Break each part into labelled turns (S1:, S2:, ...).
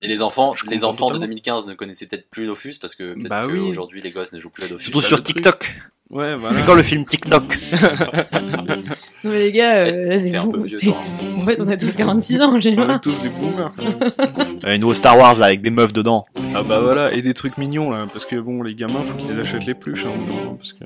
S1: Et les enfants,
S2: Je
S1: les
S2: comprends
S1: enfants de
S2: totalement.
S1: 2015 ne connaissaient peut-être plus Dofus parce que peut-être
S2: Bah oui.
S1: qu'aujourd'hui les gosses ne jouent plus à Dofus. Bah,
S3: Surtout
S2: ça,
S3: sur
S2: le truc.
S3: TikTok.
S2: Ouais, voilà.
S3: C'est Quand le film TikTok.
S4: Non mais les gars, euh, là c'est
S1: C'est un peu
S4: vous.
S1: vieux,
S4: c'est-
S1: toi, hein.
S4: En fait, on a tous 46 ans, j'ai
S2: On est
S4: marre.
S2: tous des boomers.
S3: Euh, nouveau Star Wars là avec des meufs dedans.
S2: Ah bah voilà, et des trucs mignons là, parce que bon, les gamins, faut qu'ils achètent les pluches. Hein, au bout d'un moment, parce que...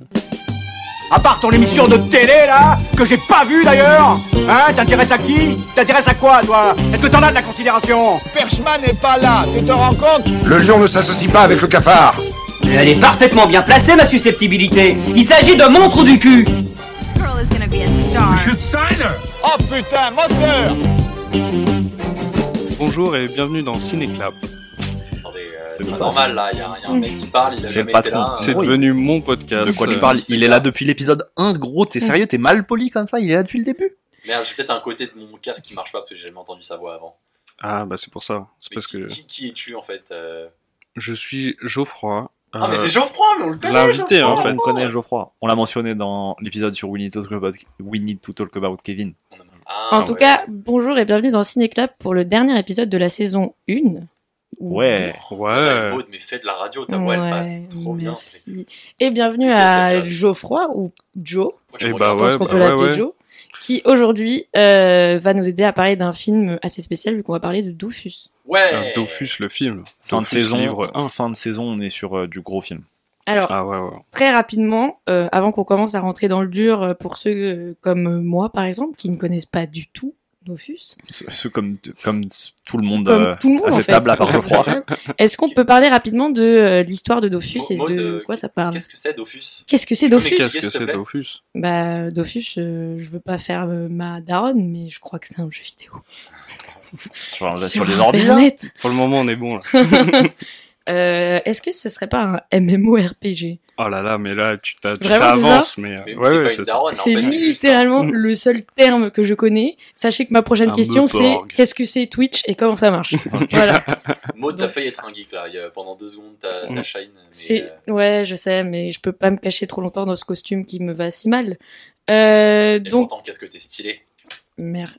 S5: À part ton émission de télé là, que j'ai pas vue d'ailleurs Hein T'intéresses à qui T'intéresses à quoi toi Est-ce que t'en as de la considération
S6: Perchman n'est pas là, tu te rends compte
S7: Le lion ne s'associe pas avec le cafard.
S8: Mais elle est parfaitement bien placée, ma susceptibilité. Il s'agit de mon trou du cul.
S9: girl is gonna be a star.
S6: Oh putain, moteur
S2: Bonjour et bienvenue dans Cinéclap.
S1: Attendez, euh,
S3: C'est
S1: c'est
S3: le
S1: pas
S3: patron.
S1: normal là, il y, a un- il y a un mec qui parle, il a
S3: C'est
S1: jamais
S3: le
S1: été
S3: patron.
S1: là.
S2: C'est
S3: oui.
S2: devenu mon podcast.
S3: De quoi tu
S2: Euh,
S3: parles
S1: c'est
S3: Il est
S1: ça.
S3: là depuis l'épisode 1, gros. T'es sérieux T'es mal poli comme ça Il est là depuis le début
S1: Merde, j'ai peut-être un côté de mon casque qui marche pas parce que j'ai jamais entendu sa voix avant.
S2: Ah bah c'est pour ça. C'est
S1: Mais
S2: parce
S1: qui,
S2: que
S1: qui, qui es-tu en fait euh
S2: je suis Geoffroy.
S1: Ah mais
S2: euh,
S1: c'est Geoffroy, mais on le connaît.
S2: l'invité,
S1: Geoffroy,
S2: hein, en fait.
S3: On connaît Geoffroy. On l'a mentionné dans l'épisode sur We Need, to talk about... We Need to Talk About Kevin.
S1: on a- Ah,
S4: En tout
S1: ouais.
S4: cas, bonjour et bienvenue dans Cinéclub pour le dernier épisode de la saison 1. Ou
S3: Ouais.
S1: Putain,
S2: Ouais.
S1: Maud, mais fais de la radio, ta voix elle passe trop bien. c'est-
S4: merci. Et bienvenue
S1: Plutôt
S4: à
S1: cette chose.
S4: Geoffroy ou Joe,
S1: Moi, je
S2: Eh
S1: me
S2: bah
S4: je
S1: regarde.
S4: pense
S2: ouais,
S4: qu'on
S2: bah
S4: peut
S2: ouais,
S4: l'appeler
S2: ouais.
S4: Joe, qui aujourd'hui euh, va nous aider à parler d'un film assez spécial vu qu'on va parler de Dofus.
S1: Ouais.
S2: Putain, Dofus le film.
S3: Fin de
S2: Dofus,
S3: saison.
S2: Livre 1.
S3: Fin de saison, on est sur euh, du gros film.
S4: Alors,
S2: Ah ouais ouais.
S4: très rapidement, euh, avant qu'on commence à rentrer dans le dur, euh, pour ceux euh, comme euh, moi par exemple, qui ne connaissent pas du tout Dofus,
S3: Ce, ce comme, comme tout le monde.
S4: comme
S3: euh,
S4: tout le monde
S3: à
S4: en
S3: cette
S4: fait.
S3: table, à part Geoffroy.
S4: Est-ce qu'on peut parler rapidement de euh, l'histoire de Dofus et
S1: Maud,
S4: de
S1: euh,
S4: quoi ça parle
S1: Qu'est-ce que c'est Dofus
S4: Qu'est-ce que c'est
S1: Mais
S4: Dofus
S1: qu'est-ce
S2: Qu'est-ce que
S1: s'il te
S2: c'est
S1: plaît
S2: Dofus
S4: Bah Dofus, euh, je veux pas faire euh, ma daronne, mais je crois que c'est un jeu vidéo.
S3: sur, sur les ordi. là.
S4: Internet.
S2: Pour le moment on est bon là.
S4: Euh, Est-ce que ce serait pas un MMORPG
S2: Oh là là mais là tu t'as- tu
S4: Vraiment, c'est
S2: t'avances mais. euh,
S1: Mais
S2: ouais
S1: t'es
S2: ouais
S1: Oh, pas une
S2: c'est
S1: daronne,
S2: ça.
S1: en
S4: C'est
S1: fait, t'es juste un-
S4: littéralement
S2: Mm.
S4: le seul terme que je connais. Sachez que ma prochaine
S2: Un
S4: question c'est
S2: meuporg.
S4: qu'est-ce que c'est Twitch et comment ça marche Voilà,
S1: Maud, t'as
S4: Donc-
S1: failli être un geek là. Il y a- Pendant deux secondes, t'as
S2: Mm.
S1: t'as shine. mais,
S4: c'est
S1: euh,
S4: ouais, je sais, mais je peux pas me cacher trop longtemps dans ce costume qui me va si mal. Euh,
S1: et
S4: donc
S1: pourtant, qu'est-ce que t'es stylé.
S4: merde.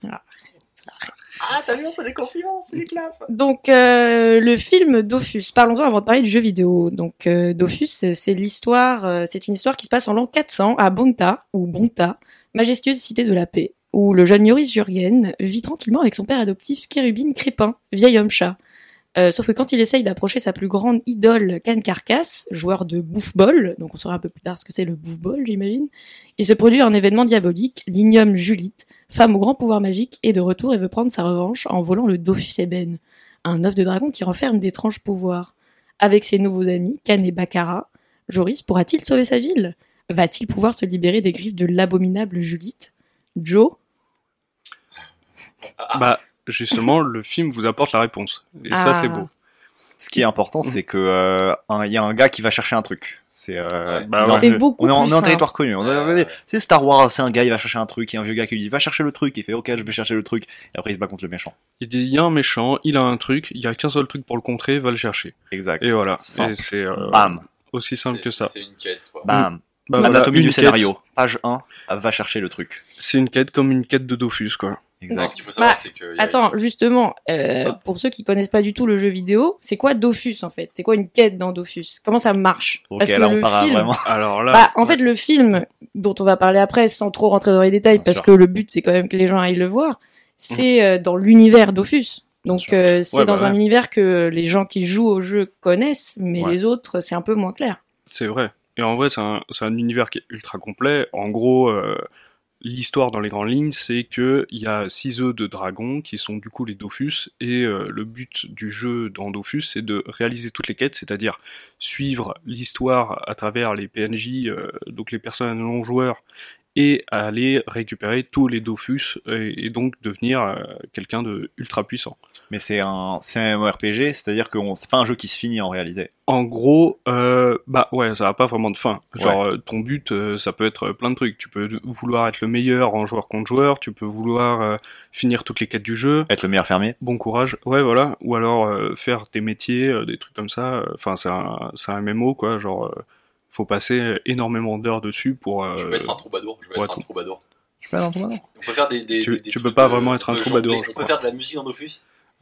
S1: Ah, t'as vu, on se des compliments, c'est du clap.
S4: Donc euh, le film Dofus. Parlons-en avant de parler du jeu vidéo. Donc euh, Dofus, c'est l'histoire, euh, c'est une histoire qui se passe en l'an 400 à Bonta ou Bonta, majestueuse cité de la paix, où le jeune Yoris Jurgen vit tranquillement avec son père adoptif Kérubine Crépin, vieil homme chat. Euh, sauf que quand il essaye d'approcher sa plus grande idole, Can Carcass, joueur de bouffe-ball, donc on saura un peu plus tard ce que c'est le bouffe-ball, j'imagine, il se produit un événement diabolique, l'ignome Julite, femme au grand pouvoir magique, est de retour et veut prendre sa revanche en volant le Dofus Eben, un œuf de dragon qui renferme d'étranges pouvoirs. Avec ses nouveaux amis, Can et Baccara, Joris pourra-t-il sauver sa ville Va-t-il pouvoir se libérer des griffes de l'abominable Julite Joe
S2: Bah justement le film vous apporte la réponse et ça
S4: Ah.
S2: c'est beau.
S3: Ce qui est important, c'est que euh, un- il y a un gars qui va chercher un truc. C'est euh,
S1: Ouais.
S2: Bah
S3: on est en-
S4: C'est beaucoup
S3: on est en,
S4: plus
S3: on est en
S4: ça.
S3: territoire connu. On est- on
S1: Euh,
S3: est- C'est Star Wars, c'est un gars, il va chercher un truc, il y a un vieux gars qui lui dit va chercher le truc, il fait ok, je vais chercher le truc, et après il se bat contre le méchant.
S2: Il dit il y a un méchant, il a un truc, il y a qu'un seul truc pour le contrer, va le chercher.
S3: Exact.
S2: Et voilà.
S3: Simple.
S2: Et c'est euh,
S3: Bam,
S2: aussi simple
S1: C'est-
S2: que ça.
S1: C'est une quête. quoi.
S3: bam.
S2: Bah, voilà,
S3: Anatomie
S2: une
S3: du
S2: quête,
S3: scénario, page 1, va chercher le truc.
S2: C'est une quête comme une quête de Dofus quoi.
S1: Non,
S3: Exact.
S1: ce qu'il faut savoir,
S4: Bah,
S1: c'est que. y a-
S4: Attends, justement, euh,
S3: Bah.
S1: Ah.
S4: pour ceux qui connaissent pas du tout le jeu vidéo, c'est quoi Dofus en fait C'est quoi une quête dans Dofus Comment ça marche
S3: Ok,
S4: Parce que
S3: là
S4: le
S3: on part à
S4: film-
S3: vraiment.
S2: Alors là.
S4: Bah, en fait, le film dont on va parler après, sans trop rentrer dans les détails,
S3: Bien
S4: parce
S3: sûr. Mhm.
S4: que le but c'est quand même que les gens aillent le voir, c'est euh, dans l'univers d'Offus. Donc
S3: sûr.
S4: euh, c'est
S2: Ouais, bah
S4: dans un
S2: ouais.
S4: univers que les gens qui jouent au jeu connaissent, mais
S2: Ouais.
S4: les autres c'est un peu moins clair.
S2: C'est vrai. Et en vrai, c'est un, c'est un univers qui est ultra complet. En gros, euh, l'histoire dans les grandes lignes, c'est que il y a six œufs de dragons qui sont du coup les Dofus. Et euh, le but du jeu dans Dofus, c'est de réaliser toutes les quêtes, c'est-à-dire suivre l'histoire à travers les PNJ, euh, donc les personnages non joueurs, et aller récupérer tous les Dofus et, et donc devenir euh, quelqu'un de ultra puissant.
S3: Mais c'est un, c'est un RPG, c'est-à-dire que on- c'est pas un jeu qui se finit en réalité.
S2: En gros, euh, bah ouais, ça a pas vraiment de fin. Genre, euh, ton but, euh, ça peut être euh, plein de trucs. Tu peux vouloir être le meilleur en joueur contre joueur, tu peux vouloir euh, finir toutes les quêtes du jeu,
S3: Être le meilleur fermier.
S2: bon courage, ouais voilà, ou alors euh, faire des métiers, euh, des trucs comme ça. Enfin, c'est un, c'est un MMO, quoi, genre, euh, faut passer énormément d'heures dessus pour... euh,
S1: Je veux être un troubadour. Je veux
S2: ouais,
S1: être un
S2: ton-
S1: troubadour.
S3: Je suis pas dans ton ballon.
S1: On peut faire des. des
S2: Tu-
S1: des
S2: tu
S1: trucs
S2: peux pas
S1: de-
S2: vraiment être un
S1: de
S2: troubadour,
S1: journée.
S2: je
S1: On peut
S2: crois.
S1: faire de la musique dans Dofus.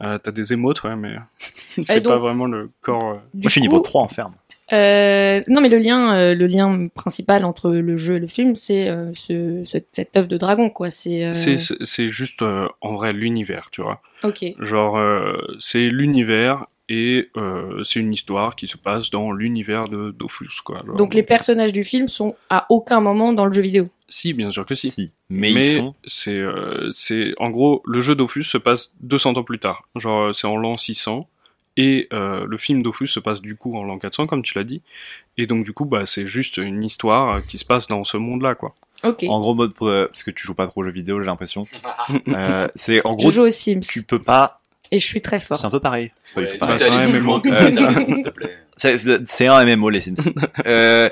S2: Euh, t'as des émotes, ouais, mais
S4: Et
S2: c'est
S4: donc-
S2: pas vraiment le corps. euh.
S4: Du
S3: Moi, je suis
S4: coup,
S3: niveau 3 en ferme.
S4: Euh, non, mais le lien, euh, le lien principal entre le jeu et le film, c'est euh, ce, ce- cette œuvre de dragon, quoi. C'est. euh,
S2: C'est- C'est c'est juste euh, en vrai l'univers, tu vois.
S4: Ok.
S2: Genre, euh, c'est l'univers et euh, c'est une histoire qui se passe dans l'univers de Dofus, quoi. Genre,
S4: Donc les personnages du film sont à aucun moment dans le jeu vidéo.
S2: Si, bien sûr que si.
S3: Mais, ils sont.
S2: c'est euh, c'est en gros le jeu Dofus se passe 200 ans plus tard. Genre euh, c'est en l'an 600 et euh, le film Dofus se passe du coup en l'an 400 comme tu l'as dit. Et donc du coup bah c'est juste une histoire euh, qui se passe dans ce monde-là quoi.
S4: Ok.
S3: En gros mode, pour- euh, parce que tu joues pas trop aux jeux vidéo, j'ai l'impression.
S2: Ouais,
S3: Euh, c'est en
S4: Je
S3: gros,
S4: joue aux Sims
S3: tu peux pas.
S4: et je suis très
S3: C'est
S4: fort.
S3: un peu pareil. C'est pas du tout
S1: Ouais,
S3: pareil.
S2: c'est vrai, mais bon.
S1: S'il te plaît.
S3: C'est- C'est c'est un MMO les Sims. Euh,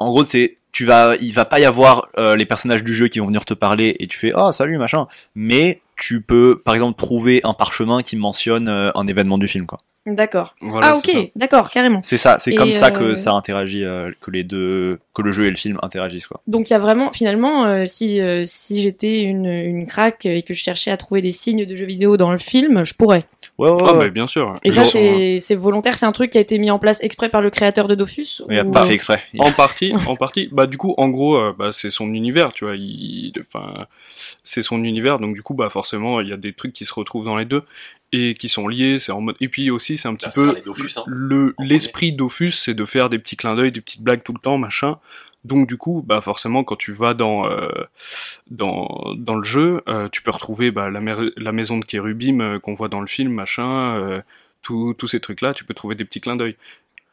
S3: en gros, c'est tu vas, il va pas y avoir euh, les personnages du jeu qui vont venir te parler et tu fais ah salut machin, mais tu peux par exemple trouver un parchemin qui mentionne euh, un événement du film quoi.
S4: D'accord.
S2: voilà,
S4: ah
S2: c'est ça.
S4: ok. D'accord, carrément.
S3: C'est ça, c'est
S4: Et,
S3: comme ça
S4: euh,
S3: que ça interagit, euh, que les deux, que le jeu et le film interagissent quoi.
S4: Donc il y a vraiment, finalement, euh, si euh, si j'étais une une craque et que je cherchais à trouver des signes de jeux vidéo dans le film, je pourrais.
S3: Ouais ouais.
S2: Ah
S3: ouais.
S2: bah, bien sûr.
S4: Oh. Et
S2: Ils
S4: ça
S2: sont, euh,
S4: c'est c'est volontaire, c'est un truc qui a été mis en place exprès par le créateur de Dofus.
S3: Il a
S4: ou- euh,
S3: pas fait exprès. Il-
S2: en partie, en partie. Bah du coup, en gros, euh, bah, c'est son univers, tu vois. il- il- Enfin, c'est son univers, donc du coup, bah forcément, il y a des trucs qui se retrouvent dans les deux et qui sont liés. C'est en mode. Et puis aussi, c'est un petit
S1: va faire
S2: peu
S1: les Dofus, hein,
S2: le
S1: en
S2: l'esprit Dofus, c'est de faire des petits clins d'œil, des petites blagues tout le temps, machin. Donc du coup, bah forcément, quand tu vas dans euh, dans dans le jeu, euh, tu peux retrouver bah, la, mer- la maison de Kérubim euh, qu'on voit dans le film, machin. euh, tous tous ces trucs-là, tu peux trouver des petits clins d'œil.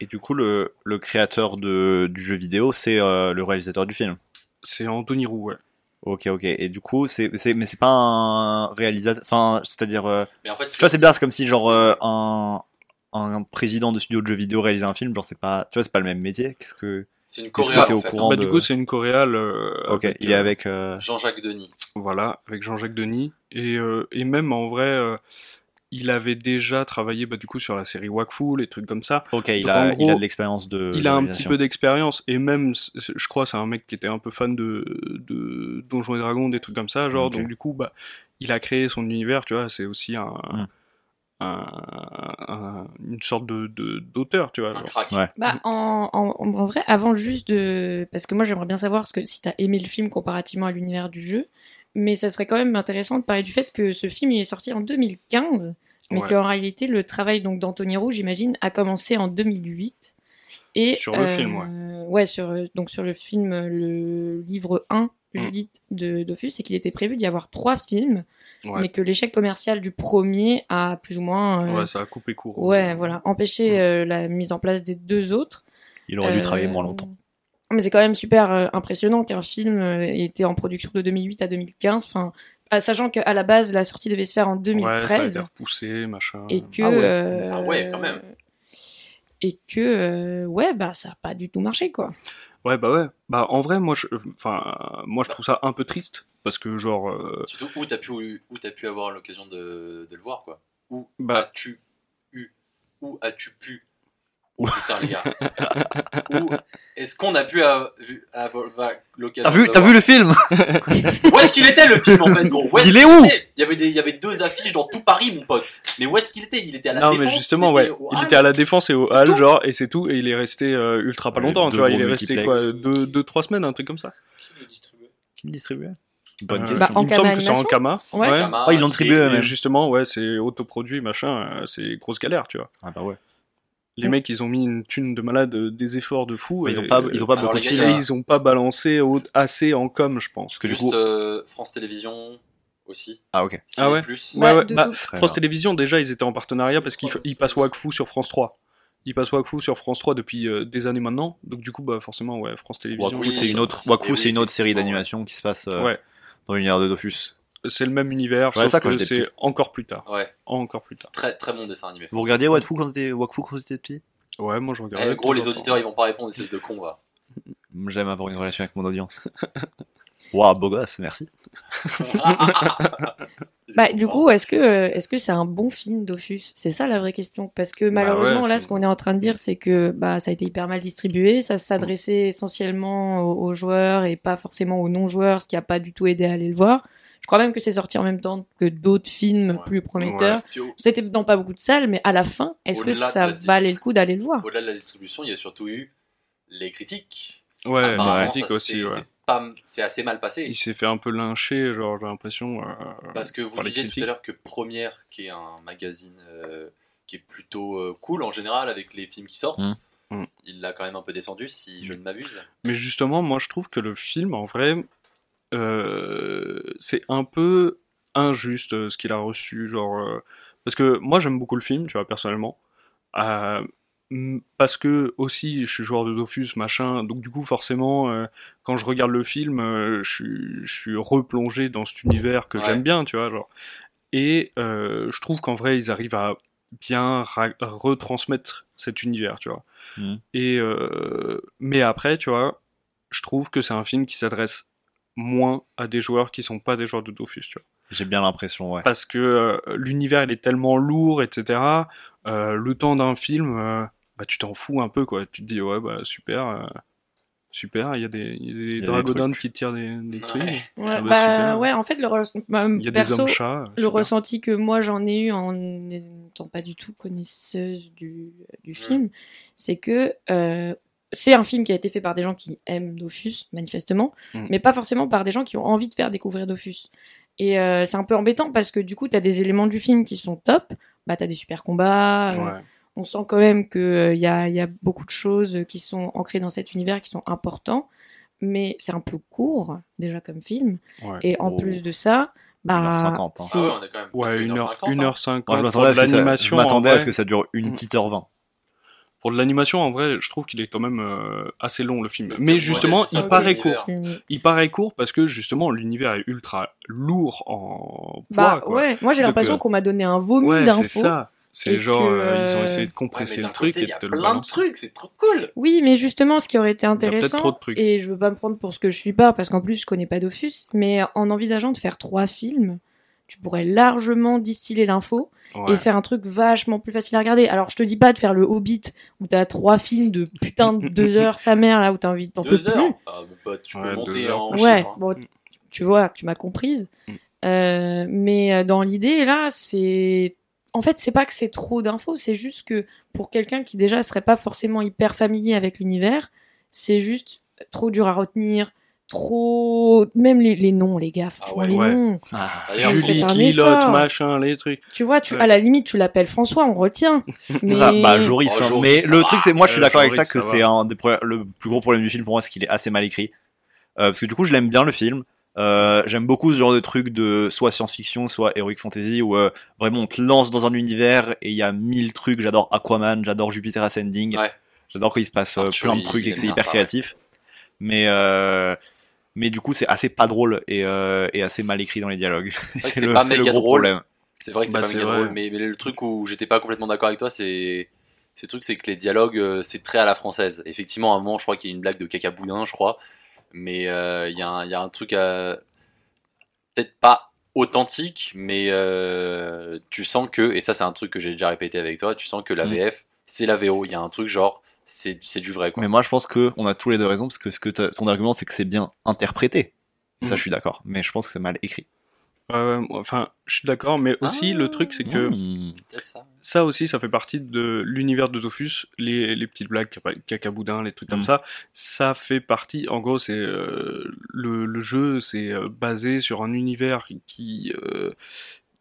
S3: Et du coup, le, le créateur de, du jeu vidéo, c'est euh, le réalisateur du film.
S2: C'est Anthony Roux, ouais.
S3: Ok, ok. Et du coup, c'est, c'est- mais c'est pas un réalisateur. Enfin, c'est-à-dire, euh,
S1: Mais en fait,
S3: tu vois, c'est bizarre. C'est comme si genre euh, un, un président de studio de jeux vidéo réalisait un film. Genre, c'est pas, tu vois, c'est pas le même métier. Qu'est-ce que
S1: c'est une
S3: est-ce que
S1: coréale
S3: t'es
S1: en
S3: au
S1: fait. hein.
S3: courant
S2: Bah,
S3: de-
S2: Du coup, c'est une coréale. euh,
S3: Ok,
S2: avec,
S3: il est
S2: euh,
S3: avec. euh,
S1: Jean-Jacques Denis.
S2: Voilà, avec Jean-Jacques Denis. Et, euh, et même en vrai, euh, il avait déjà travaillé bah, du coup sur la série Wakfu, les trucs comme ça.
S3: Ok, il
S2: Donc,
S3: a,
S2: en gros,
S3: il a de l'expérience de.
S2: il
S3: de
S2: a un petit
S3: réalisation.
S2: peu d'expérience. Et même, c- c- je crois, c'est un mec qui était un peu fan de, de Donjons et Dragons, des trucs comme ça. Genre,
S3: Ok.
S2: donc du coup, bah, il a créé son univers, tu vois. C'est aussi un.
S3: Mm.
S2: un- un- une sorte de de- d'auteur, tu vois.
S1: Un
S2: genre.
S1: crack.
S3: Ouais.
S4: Bah, en, en, en vrai, avant juste de. Parce que moi, j'aimerais bien savoir ce que, si t'as aimé le film comparativement à l'univers du jeu. Mais ça serait quand même intéressant de parler du fait que ce film, il est sorti en 2015. Mais euh,
S2: Ouais.
S4: qu'en réalité, le travail donc d'Anthony Roux, j'imagine, a commencé en 2008. Et,
S2: Sur le film,
S4: ouais. sur, euh, donc sur le film, euh, le livre 1,
S2: Mm.
S4: Judith de Dofus, et qu'il était prévu d'y avoir trois films,
S2: Ouais.
S4: mais que l'échec commercial du premier a plus ou moins. euh,
S2: Ouais, Mm. ça a coupé court.
S4: Ouais, voilà. Empêcher euh, la mise en place des deux autres.
S3: Il aurait dû
S4: Euh,
S3: travailler moins longtemps.
S4: Mais c'est quand même super euh, impressionnant qu'un film euh, ait été en production de 2008 à 2015. Enfin, à- sachant qu'à la base, la sortie devait se faire en
S2: Ouais, ça a été
S4: 2013.
S2: repoussé, machin.
S4: et que.
S3: Ah ouais.
S4: euh,
S1: Ah ouais, quand même.
S4: Et que, euh, ouais, bah, ça a pas du tout marché, quoi.
S2: Ouais, bah ouais. Bah en vrai, moi, je, enfin, moi, je trouve ça un peu triste parce que genre, euh,
S1: Surtout où t'as pu, où t'as pu avoir l'occasion de, de le voir, quoi. Où
S2: Bah.
S1: as-tu eu Où as-tu pu Oh, putain, les gars. Où est-ce qu'on a pu a- vu- avoir l'occasion
S3: T'as vu,
S1: de
S3: t'as
S1: voir
S3: vu le film
S1: Où est-ce qu'il était le film en fait gros Où
S3: Il est
S1: qu'il
S3: où
S1: était Il y avait des, il y avait deux affiches dans tout Paris, mon pote. Mais où est-ce qu'il était Il était à la
S2: non,
S1: défense.
S2: mais justement,
S1: il
S2: ouais,
S1: était au
S2: il
S1: Hall.
S2: était à la défense et au
S1: C'est
S2: hall,
S1: tout.
S2: genre, et c'est tout, et il est resté euh, ultra pas
S3: Ouais,
S2: longtemps,
S3: deux
S2: tu vois,
S3: gros
S2: il est resté
S3: multiplex.
S2: quoi, deux, deux, trois semaines, un truc comme ça.
S3: Qui le distribuait Bonne
S2: Euh,
S3: question.
S4: Bah,
S2: il
S4: en
S2: me semble
S4: Kama
S2: que c'est en
S4: Animation
S2: Kama.
S4: Ouais.
S2: ouais.
S1: Kama,
S3: Ah, ils l'ont distribué
S1: et-
S2: Et
S3: eux-mêmes.
S2: justement, ouais, c'est autoproduit, machin, euh, c'est grosse galère, tu vois.
S3: Ah bah ouais.
S2: Les
S4: Ouais.
S2: mecs, ils ont mis une thune de malade, euh, des efforts de fou.
S3: Mais ils
S2: et-
S3: ont pas, ils ont pas
S1: Alors,
S3: beaucoup
S1: les
S3: de
S1: gars,
S3: films. hein.
S1: il y
S2: et ils ont pas balancé au- assez en com, je pense.
S3: que du
S1: Juste
S3: coup-
S1: euh, France Télévisions aussi.
S3: Ah ok.
S2: Ah ouais.
S1: Plus.
S2: Ouais, ouais,
S4: de
S2: bah,
S4: tout.
S3: Très
S2: France
S3: bien.
S2: Télévisions, déjà, ils étaient en partenariat parce qu'ils f- ils passent Wakfu sur France 3. Ils passent Wakfu sur France 3 depuis euh, des années maintenant. Donc, du coup, bah, forcément, ouais, France Télévisions.
S3: Wakfu,
S1: Oui,
S3: c'est une autre,
S1: oui,
S3: Wakfu,
S1: oui,
S3: c'est une autre série
S1: effectivement,
S3: d'animation qui se passe euh,
S2: Ouais,
S3: dans l'univers de Dofus.
S2: c'est le même univers,
S3: Ouais,
S2: sauf
S3: ça, quand
S2: que
S3: j'étais
S2: c'est encore plus tard.
S1: Ouais.
S2: Encore plus tard.
S1: Très très bon dessin animé.
S3: Vous regardiez Wakfu quand vous étiez, Wakfu quand vous étiez petit
S2: Ouais, moi, je regarde.
S1: Eh, gros, les auditeurs, ils vont pas répondre, espèce de con, va.
S3: J'aime avoir une relation avec mon audience. Waouh, beau gosse, merci.
S4: Bah, du coup, est-ce que euh, est-ce que c'est un bon film Dofus C'est ça la vraie question, parce que malheureusement
S2: Bah ouais,
S4: là,
S2: c'est-
S4: ce qu'on est en train de dire, c'est que bah ça a été hyper mal distribué, ça s'adressait essentiellement aux, aux joueurs et pas forcément aux non joueurs, ce qui a pas du tout aidé à aller le voir. Je crois même que c'est sorti en même temps que d'autres films
S1: Ouais.
S4: plus prometteurs.
S1: Puis au-
S4: C'était dans pas beaucoup de salles, mais à la fin, est-ce que
S1: Au-delà
S4: ça
S1: de la distance.
S4: valait le coup d'aller le voir
S1: Au-delà de la distribution, il y a surtout eu les critiques.
S3: Ah,
S2: Ouais,
S1: Apparemment,
S2: la
S1: ça,
S2: critique
S1: c'est-
S2: aussi, ouais.
S1: c'est pas- C'est assez mal passé.
S2: Il s'est fait un peu lyncher, genre, j'ai l'impression. euh,
S1: Parce que vous
S2: par les
S1: disiez
S2: critiques.
S1: tout à l'heure que Première, qui est un magazine euh, qui est plutôt euh, cool en général avec les films qui sortent,
S3: Mm.
S2: Mm.
S1: il l'a quand même un peu descendu, si je ne m'abuse.
S2: Mais justement, moi je trouve que le film, en vrai, euh, c'est un peu injuste euh, ce qu'il a reçu. Genre, euh, parce que moi j'aime beaucoup le film, tu vois, personnellement. Euh, m- parce que aussi je suis joueur de Dofus, machin. Donc du coup, forcément, euh, quand je regarde le film, euh, je, suis- je suis replongé dans cet univers que
S1: Ouais.
S2: j'aime bien, tu vois. Genre. Et euh, je trouve qu'en vrai, ils arrivent à bien ra- retransmettre cet univers, tu vois.
S3: Mhm.
S2: Et euh, mais après, tu vois, je trouve que c'est un film qui s'adresse moins à des joueurs qui sont pas des joueurs de Dofus, tu vois
S3: J'ai bien l'impression, ouais.
S2: parce que euh, l'univers il est tellement lourd, etc. euh, le temps d'un film, euh, bah, tu t'en fous un peu quoi. Tu te dis ouais bah super, euh, super. Il y a des, il y a des
S3: y a des
S2: dragodons
S3: trucs.
S2: qui tirent des, des
S1: Ouais.
S2: trucs.
S4: Ouais,
S2: Ah bah,
S4: bah,
S2: super.
S4: ouais, en fait, le re- bah,
S2: Il y a des
S4: perso,
S2: hommes chats.
S4: le ressenti que moi j'en ai eu en n'étant pas du tout connaisseuse du, du film, c'est que euh, c'est un film qui a été fait par des gens qui aiment Dofus, manifestement,
S2: Mm.
S4: mais pas forcément par des gens qui ont envie de faire découvrir Dofus. Et euh, c'est un peu embêtant parce que du coup, t'as des éléments du film qui sont top, bah t'as des super combats, euh, on sent quand même qu'il y, a, y a beaucoup de choses qui sont ancrées dans cet univers qui sont importants, mais c'est un peu court déjà comme film.
S2: Ouais.
S4: Et en
S3: Oh.
S4: plus de ça, bah,
S3: 1h50, hein.
S4: c'est
S1: Ah ouais, on a quand même
S2: Ouais,
S1: passé
S2: 1 heure,
S1: 1h50,
S2: 1
S1: hein.
S2: heure 50
S3: Moi, je
S2: pour
S3: m'attendais à
S2: de
S3: ce que ça, je
S2: l'animation. en
S3: m'attendais à ce
S2: vrai.
S3: que ça dure une
S2: Mm.
S3: petite heure vingt.
S2: Pour de l'animation, en vrai, je trouve qu'il est quand même euh, assez long le film.
S1: Le-
S2: Mais
S1: le
S2: justement,
S1: modèle, c'est
S2: il
S1: un
S2: paraît
S1: peu
S2: court. Il paraît court parce que justement, l'univers est ultra lourd en poids.
S4: bah
S2: quoi.
S4: ouais, moi j'ai
S2: Donc,
S4: l'impression
S2: euh,
S4: qu'on m'a donné un vomi
S2: ouais, c'est
S4: d'infos.
S2: ça.
S4: et
S2: C'est genre,
S4: que,
S2: euh, ils ont
S4: euh,
S2: essayé de
S1: Ouais,
S2: compresser
S1: mais d'un
S2: le truc
S1: côté,
S2: et
S1: il y
S2: de
S1: a
S2: te le
S1: plein de
S2: balancer.
S1: trucs, c'est trop cool.
S4: Oui, mais justement, ce qui aurait été
S2: peut-être
S4: intéressant,
S2: trop de trucs.
S4: et je veux pas me prendre pour ce que je suis pas, parce qu'en plus je connais pas Dofus, mais en envisageant de faire trois films, tu pourrais largement distiller l'info
S2: Ouais.
S4: et faire un truc vachement plus facile à regarder. Alors je te dis pas de faire le Hobbit où t'as trois films de putain de deux heures sa mère là où t'as envie de t'en peux
S1: Deux heures.
S4: plus.
S1: Ah, mon pote, tu
S2: Ouais,
S1: peux
S2: deux
S1: monter
S2: heures,
S1: en
S2: pas
S4: Ouais,
S1: chiffre, hein. Mm.
S4: bon,
S2: Mm.
S4: tu vois, tu m'as comprise. Euh, mais euh, dans l'idée là, c'est en fait c'est pas que c'est trop d'infos, c'est juste que pour quelqu'un qui déjà serait pas forcément hyper familier avec l'univers, c'est juste trop dur à retenir. Trop, même les, les noms, les gars, franchement,
S1: Ah ouais,
S4: les
S2: ouais.
S4: noms.
S1: Ah,
S3: Ah,
S1: D'ailleurs,
S2: Julie,
S4: faites un
S2: Lilotte,
S4: effort.
S2: machin, les trucs.
S4: Tu vois, tu,
S2: Ouais.
S4: à la limite, tu l'appelles François, on retient. Mais...
S3: C'est ça, bah Joris.
S1: Oh,
S3: hein.
S1: Joris,
S3: mais
S1: ça
S3: le
S1: va.
S3: truc, c'est moi, je suis
S2: Euh,
S3: d'accord avec
S2: Joris,
S3: ça que
S2: ça
S3: c'est
S2: va.
S3: un des pro- le plus gros problème du film pour moi, c'est qu'il est assez mal écrit. Euh, parce que du coup, je l'aime bien le film. Euh, J'aime beaucoup ce genre de truc de soit science-fiction, soit heroic fantasy, où euh, vraiment on te lance dans un univers et il y a mille trucs. J'adore Aquaman, j'adore Jupiter Ascending,
S1: Ouais.
S3: j'adore qu'il se passe euh,
S1: Arthur,
S3: plein de
S1: il-
S3: trucs
S1: il
S3: et que c'est
S1: aime bien
S3: hyper
S1: ça,
S3: créatif. Mais euh, mais du coup, c'est assez pas drôle et, euh, et assez mal écrit dans les dialogues.
S1: vrai que
S3: C'est
S1: c'est
S3: le,
S1: pas
S3: c'est le
S1: méga
S3: gros
S1: drôle.
S3: problème.
S1: C'est vrai que c'est
S2: Bah,
S1: pas
S2: c'est
S1: méga
S2: vrai.
S1: drôle, mais, mais le truc où j'étais pas complètement d'accord avec toi, c'est. C'est le truc, c'est que les dialogues, euh, c'est très à la française. Effectivement, à un moment, je crois qu'il y a une blague de cacaboudin, je crois. Mais euh, il y, a un- il y a un truc à. Peut-être pas authentique, mais euh, tu sens que. Et ça, c'est un truc que j'ai déjà répété avec toi. Tu sens que la
S3: Mm.
S1: VF, c'est la VO. Il y a un truc genre, c'est c'est du vrai, quoi.
S3: Mais moi, je pense que on a tous les deux raison parce que ce que t'as- ton argument, c'est que c'est bien interprété. Et Ça,
S2: Mhm.
S3: je suis d'accord. Mais je pense que c'est mal écrit.
S2: Euh, moi, enfin, je suis d'accord, mais aussi
S1: Ah.
S2: le truc, c'est que
S3: Mhm.
S1: Peut-être ça.
S2: ça aussi, ça fait partie de l'univers de Dofus, les, les petites blagues, caca- cacaboudin, les trucs comme
S3: Mm.
S2: ça. Ça fait partie, en gros, c'est euh, le, le jeu, c'est euh, basé sur un univers qui euh,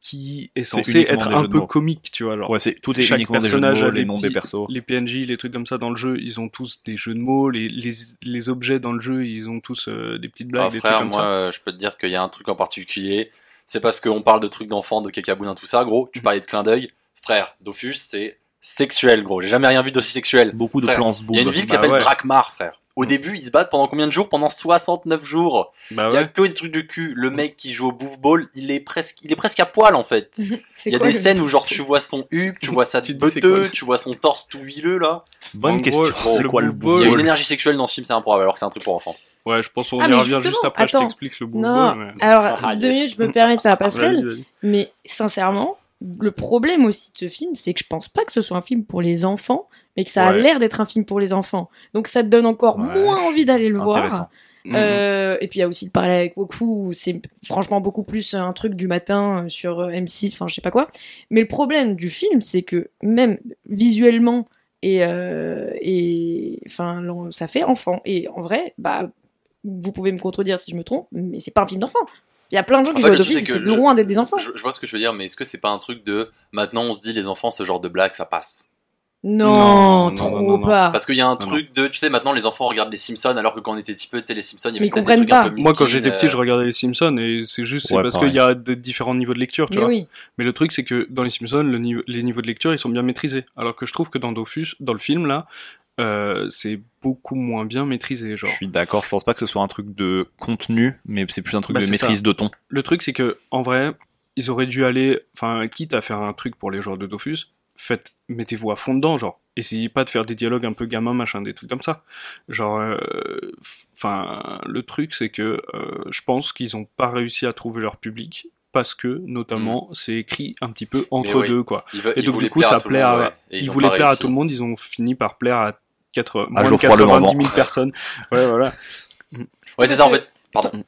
S2: qui est censé
S3: uniquement
S2: être
S3: des
S2: un
S3: jeux de
S2: peu
S3: mots.
S2: comique, tu vois. Alors,
S3: Ouais, c'est tout est
S2: chaque
S3: uniquement des jeux de
S2: personnage
S3: mots,
S2: a
S3: les
S2: des
S3: noms
S2: petits-
S3: des persos.
S2: les PNJ, les trucs comme ça dans le jeu, ils ont tous des jeux de mots, les, les, les objets dans le jeu, ils ont tous euh, des petites blagues,
S1: Ah,
S2: des
S1: frère,
S2: trucs comme
S1: moi, euh, je peux te dire qu'il y a un truc en particulier. C'est parce qu'on parle de trucs d'enfants, de cacaboudin, tout ça,
S2: Mm.
S1: gros. Tu parlais de clin d'œil. Frère, Dofus, c'est sexuel, gros. J'ai jamais rien vu d'aussi sexuel.
S3: Beaucoup de
S1: Frère,
S3: plans se
S1: Il y a une ville qui
S2: bah
S1: s'appelle
S2: ouais.
S1: Drakmar, frère. Au
S2: Mm.
S1: début, ils se battent pendant combien de jours Pendant 69 jours.
S2: ça. Bah
S1: Il y a
S2: ouais. Mm.
S1: que des trucs de cul. Le mec qui joue au bouffe ball, il est presque, il est presque à poil, en fait.
S4: c'est
S1: Il y a
S4: quoi
S1: des
S4: le-
S1: scènes où, genre, tu vois son huc, tu vois sa
S2: Tu te dis, c'est quoi
S1: beuteux,
S2: le-
S1: tu vois son torse tout huileux, là.
S3: Bonne
S2: En
S3: question.
S2: gros,
S3: c'est
S2: le
S3: quoi le
S2: boule-boule-
S1: Il y a
S3: boule
S1: une énergie sexuelle dans ce film, c'est improbable, alors que c'est un truc pour enfants.
S2: Ouais, je pense qu'on
S4: Ah,
S2: y
S4: mais
S2: revient juste
S4: justement,
S2: après,
S4: attends.
S2: je t'explique le bout
S4: Non, alors
S1: Ah,
S4: deux
S1: yes.
S4: minutes, je me permets de faire la passerelle, mais sincèrement, le problème aussi de ce film, c'est que je pense pas que ce soit un film pour les enfants, mais que ça a
S2: Ouais.
S4: l'air d'être un film pour les enfants. Donc ça te donne encore
S3: Ouais.
S4: moins envie d'aller le voir.
S3: Intéressant.
S2: Mhm.
S4: Euh, et puis il y a aussi le parallèle avec Wokfu, où c'est franchement beaucoup plus un truc du matin euh, sur euh, M6, enfin je sais pas quoi. Mais le problème du film, c'est que même visuellement et euh, et enfin l'en- ça fait enfant. Et en vrai, bah vous pouvez me contredire si je me trompe, mais c'est pas un film d'enfant. Il y a plein de gens qui
S1: En fait,
S4: jouent à
S1: le truc,
S4: Dofus,
S1: c'est
S4: c'est
S1: que je-
S4: loin d'être des enfants.
S1: Je, je vois ce que je veux dire, mais est-ce que c'est pas un truc de maintenant on se dit les enfants ce genre de blague ça passe
S2: Non,
S4: Non,
S2: non,
S4: trop
S2: non, non, non.
S4: pas.
S1: Parce qu'il y a un
S2: Ah, non.
S1: truc de tu sais maintenant les enfants regardent les Simpsons alors que quand on était petit peu tu sais les Simpsons il y
S4: Mais
S1: avait
S4: ils
S1: peut-être des
S4: comprennent
S1: trucs un
S4: pas.
S1: peu
S2: Moi, quand
S1: miskins,
S2: j'étais petit,
S1: euh,
S2: je regardais les Simpsons et c'est juste c'est
S3: Ouais,
S2: parce
S3: pareil.
S2: qu'il y a de différents niveaux de lecture, tu
S4: Mais
S2: vois.
S4: oui.
S2: Mais le truc, c'est que dans les Simpsons, le niveau- les niveaux de lecture, ils sont bien maîtrisés. Alors que je trouve que dans Dofus, dans le film, là, euh, c'est beaucoup moins bien maîtrisé.
S3: Je
S2: Genre.
S3: suis d'accord, je pense pas que ce soit un truc de contenu, mais c'est plus un truc
S2: Bah,
S3: de
S2: c'est
S3: maîtrise de ton.
S2: Le truc, c'est que, en vrai, ils auraient dû aller, enfin, quitte à faire un truc pour les joueurs de Dofus, faites, mettez-vous à fond dedans, genre. Essayez pas de faire des dialogues un peu gamin, machin, des trucs comme ça. Genre, euh, enfin, le truc, c'est que euh, je pense qu'ils ont pas réussi à trouver leur public parce que, notamment,
S1: Mm.
S2: c'est écrit un petit peu entre
S1: oui.
S2: deux, quoi.
S1: ils veulent-
S2: Et
S1: ils
S2: donc,
S1: voulaient
S2: du coup,
S1: plaire
S2: ça
S1: tout le
S2: plaît
S1: monde,
S2: à-
S1: ouais. Et
S2: ils
S1: ont
S2: voulaient
S1: pas
S2: plaire à
S1: réussi.
S2: tout le monde, ils ont fini par plaire à 4, moins de
S3: Geoffroy
S2: 90 000
S3: Lenormand.
S2: personnes. ouais, voilà.
S1: Ouais, c'est ça en fait.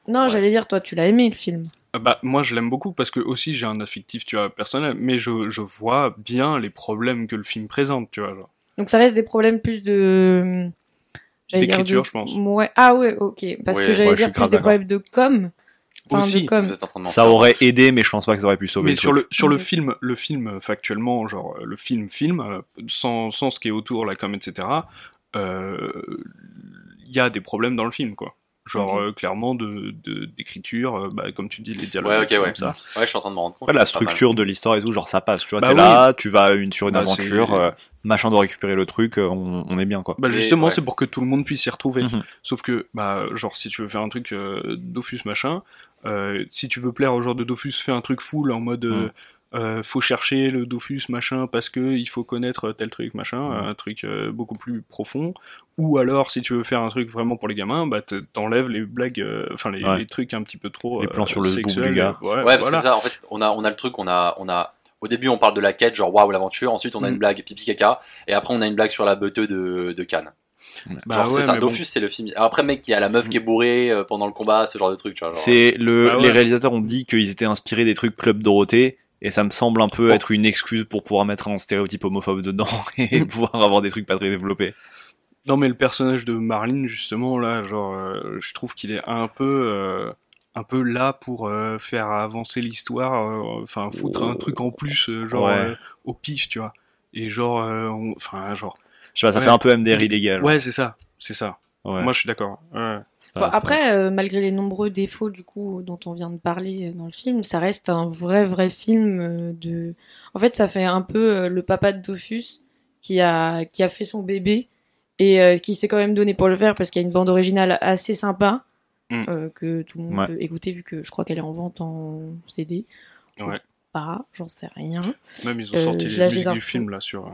S4: Non,
S1: Ouais.
S4: j'allais dire, toi, tu l'as aimé le film.
S2: Ah Bah, moi, je l'aime beaucoup parce que aussi j'ai un affectif, tu vois, personnel, mais je, je vois bien les problèmes que le film présente, tu vois. genre.
S4: Donc ça reste des problèmes plus de. j'allais dire
S2: D'écriture,
S4: de-
S2: je pense.
S4: Ouais. Ah ouais, ok. Parce
S1: Ouais,
S4: que j'allais
S3: ouais, je
S4: dire
S3: suis
S4: plus
S3: grave
S4: des
S3: d'accord.
S4: problèmes de com. Enfin,
S2: Aussi,
S4: de com.
S1: Vous êtes en train de
S3: Ça aurait aidé, mais je pense pas que ça aurait pu sauver.
S2: Mais sur
S3: truc.
S2: le, sur le
S4: Mhm.
S2: film, le film, euh, factuellement, genre, euh, le film-film, euh, sans, sans ce qui est autour, la com, etc., euh, il y a des problèmes dans le film, quoi. Genre,
S4: Ok.
S2: euh, clairement, d'écriture, de, d'écriture, euh, bah, comme tu dis, les dialogues,
S1: Ouais,
S2: des
S1: ok,
S2: trucs
S1: ouais.
S2: comme ça.
S1: Ouais, je suis en train de me rendre compte.
S3: Ouais, la
S1: C'est pas mal.
S3: structure de l'histoire et tout, genre ça passe, tu vois,
S2: Bah
S3: t'es
S2: oui.
S3: là, tu vas à une, sur une
S2: Bah,
S3: aventure,
S2: c'est-
S3: euh, machin doit récupérer le truc, euh, on, on est bien quoi.
S2: Bah
S1: Mais,
S2: justement,
S1: ouais.
S2: c'est pour que tout le monde puisse s'y retrouver.
S3: Mhm.
S2: Sauf que, bah, genre, si tu veux faire un truc euh, Dofus machin, euh, si tu veux plaire au genre de Dofus, fais un truc full en
S3: Mhm.
S2: mode euh, euh, faut chercher le Dofus machin parce que il faut connaître tel truc machin,
S3: Mhm.
S2: un truc euh, beaucoup plus profond. Ou alors, si tu veux faire un truc vraiment pour les gamins, bah, te- t'enlèves les blagues, euh, enfin, les,
S3: Ouais.
S2: les trucs un petit peu trop.
S3: Les plans sur le boob du
S2: sexuels,
S3: gars.
S2: euh, Ouais,
S1: Ouais, parce
S2: voilà.
S1: que ça, en fait, on a, on a le truc, on a, on a, au début, on parle de la quête, genre waouh, l'aventure. Ensuite, on a
S2: Mm.
S1: une blague pipi caca. Et après, on a une blague sur la beauté de, de Cannes.
S2: Bah
S1: genre,
S2: ouais,
S1: c'est ça.
S2: mais bon. Mm.
S1: Dofus, c'est le film. Alors, après, mec, il y a la meuf qui est bourrée euh, pendant le combat, ce genre de truc, tu vois. genre,
S3: C'est le,
S2: Bah ouais.
S3: les réalisateurs ont dit qu'ils étaient inspirés des trucs Club Dorothée, et ça me semble un peu être une excuse pour pouvoir mettre un stéréotype homophobe dedans et pouvoir avoir des trucs pas très développés.
S2: Non, mais le personnage de Marlene, justement, là, genre, euh, je trouve qu'il est un peu, euh, un peu là pour euh, faire avancer l'histoire, euh, enfin, foutre un truc en plus, euh, genre,
S3: Ouais.
S2: euh, au pif, tu vois. Et genre, euh, on- enfin, genre.
S3: Je sais pas, ça
S2: Ouais.
S3: fait un peu MDR illégal.
S2: Ouais, c'est ça, c'est ça.
S3: Ouais.
S2: Moi, je suis d'accord. Ouais.
S3: Bah, C'est
S4: Bon,
S3: pas- c'est
S4: après, euh, malgré les nombreux défauts du coup dont on vient de parler euh, dans le film, ça reste un vrai vrai film euh, de. En fait, ça fait un peu euh, le papa de Dofus qui a qui a fait son bébé et euh, qui s'est quand même donné pour le faire parce qu'il y a une bande originale assez sympa
S2: Mm.
S4: euh, que tout le monde
S3: Ouais.
S4: peut écouter vu que je crois qu'elle est en vente en CD.
S2: Ouais.
S4: Pas, j'en sais rien.
S2: Même, ils ont
S4: Euh,
S2: sorti
S4: je
S2: les
S4: lâche les
S2: musiques du
S4: infos.
S2: film, là, sur. euh,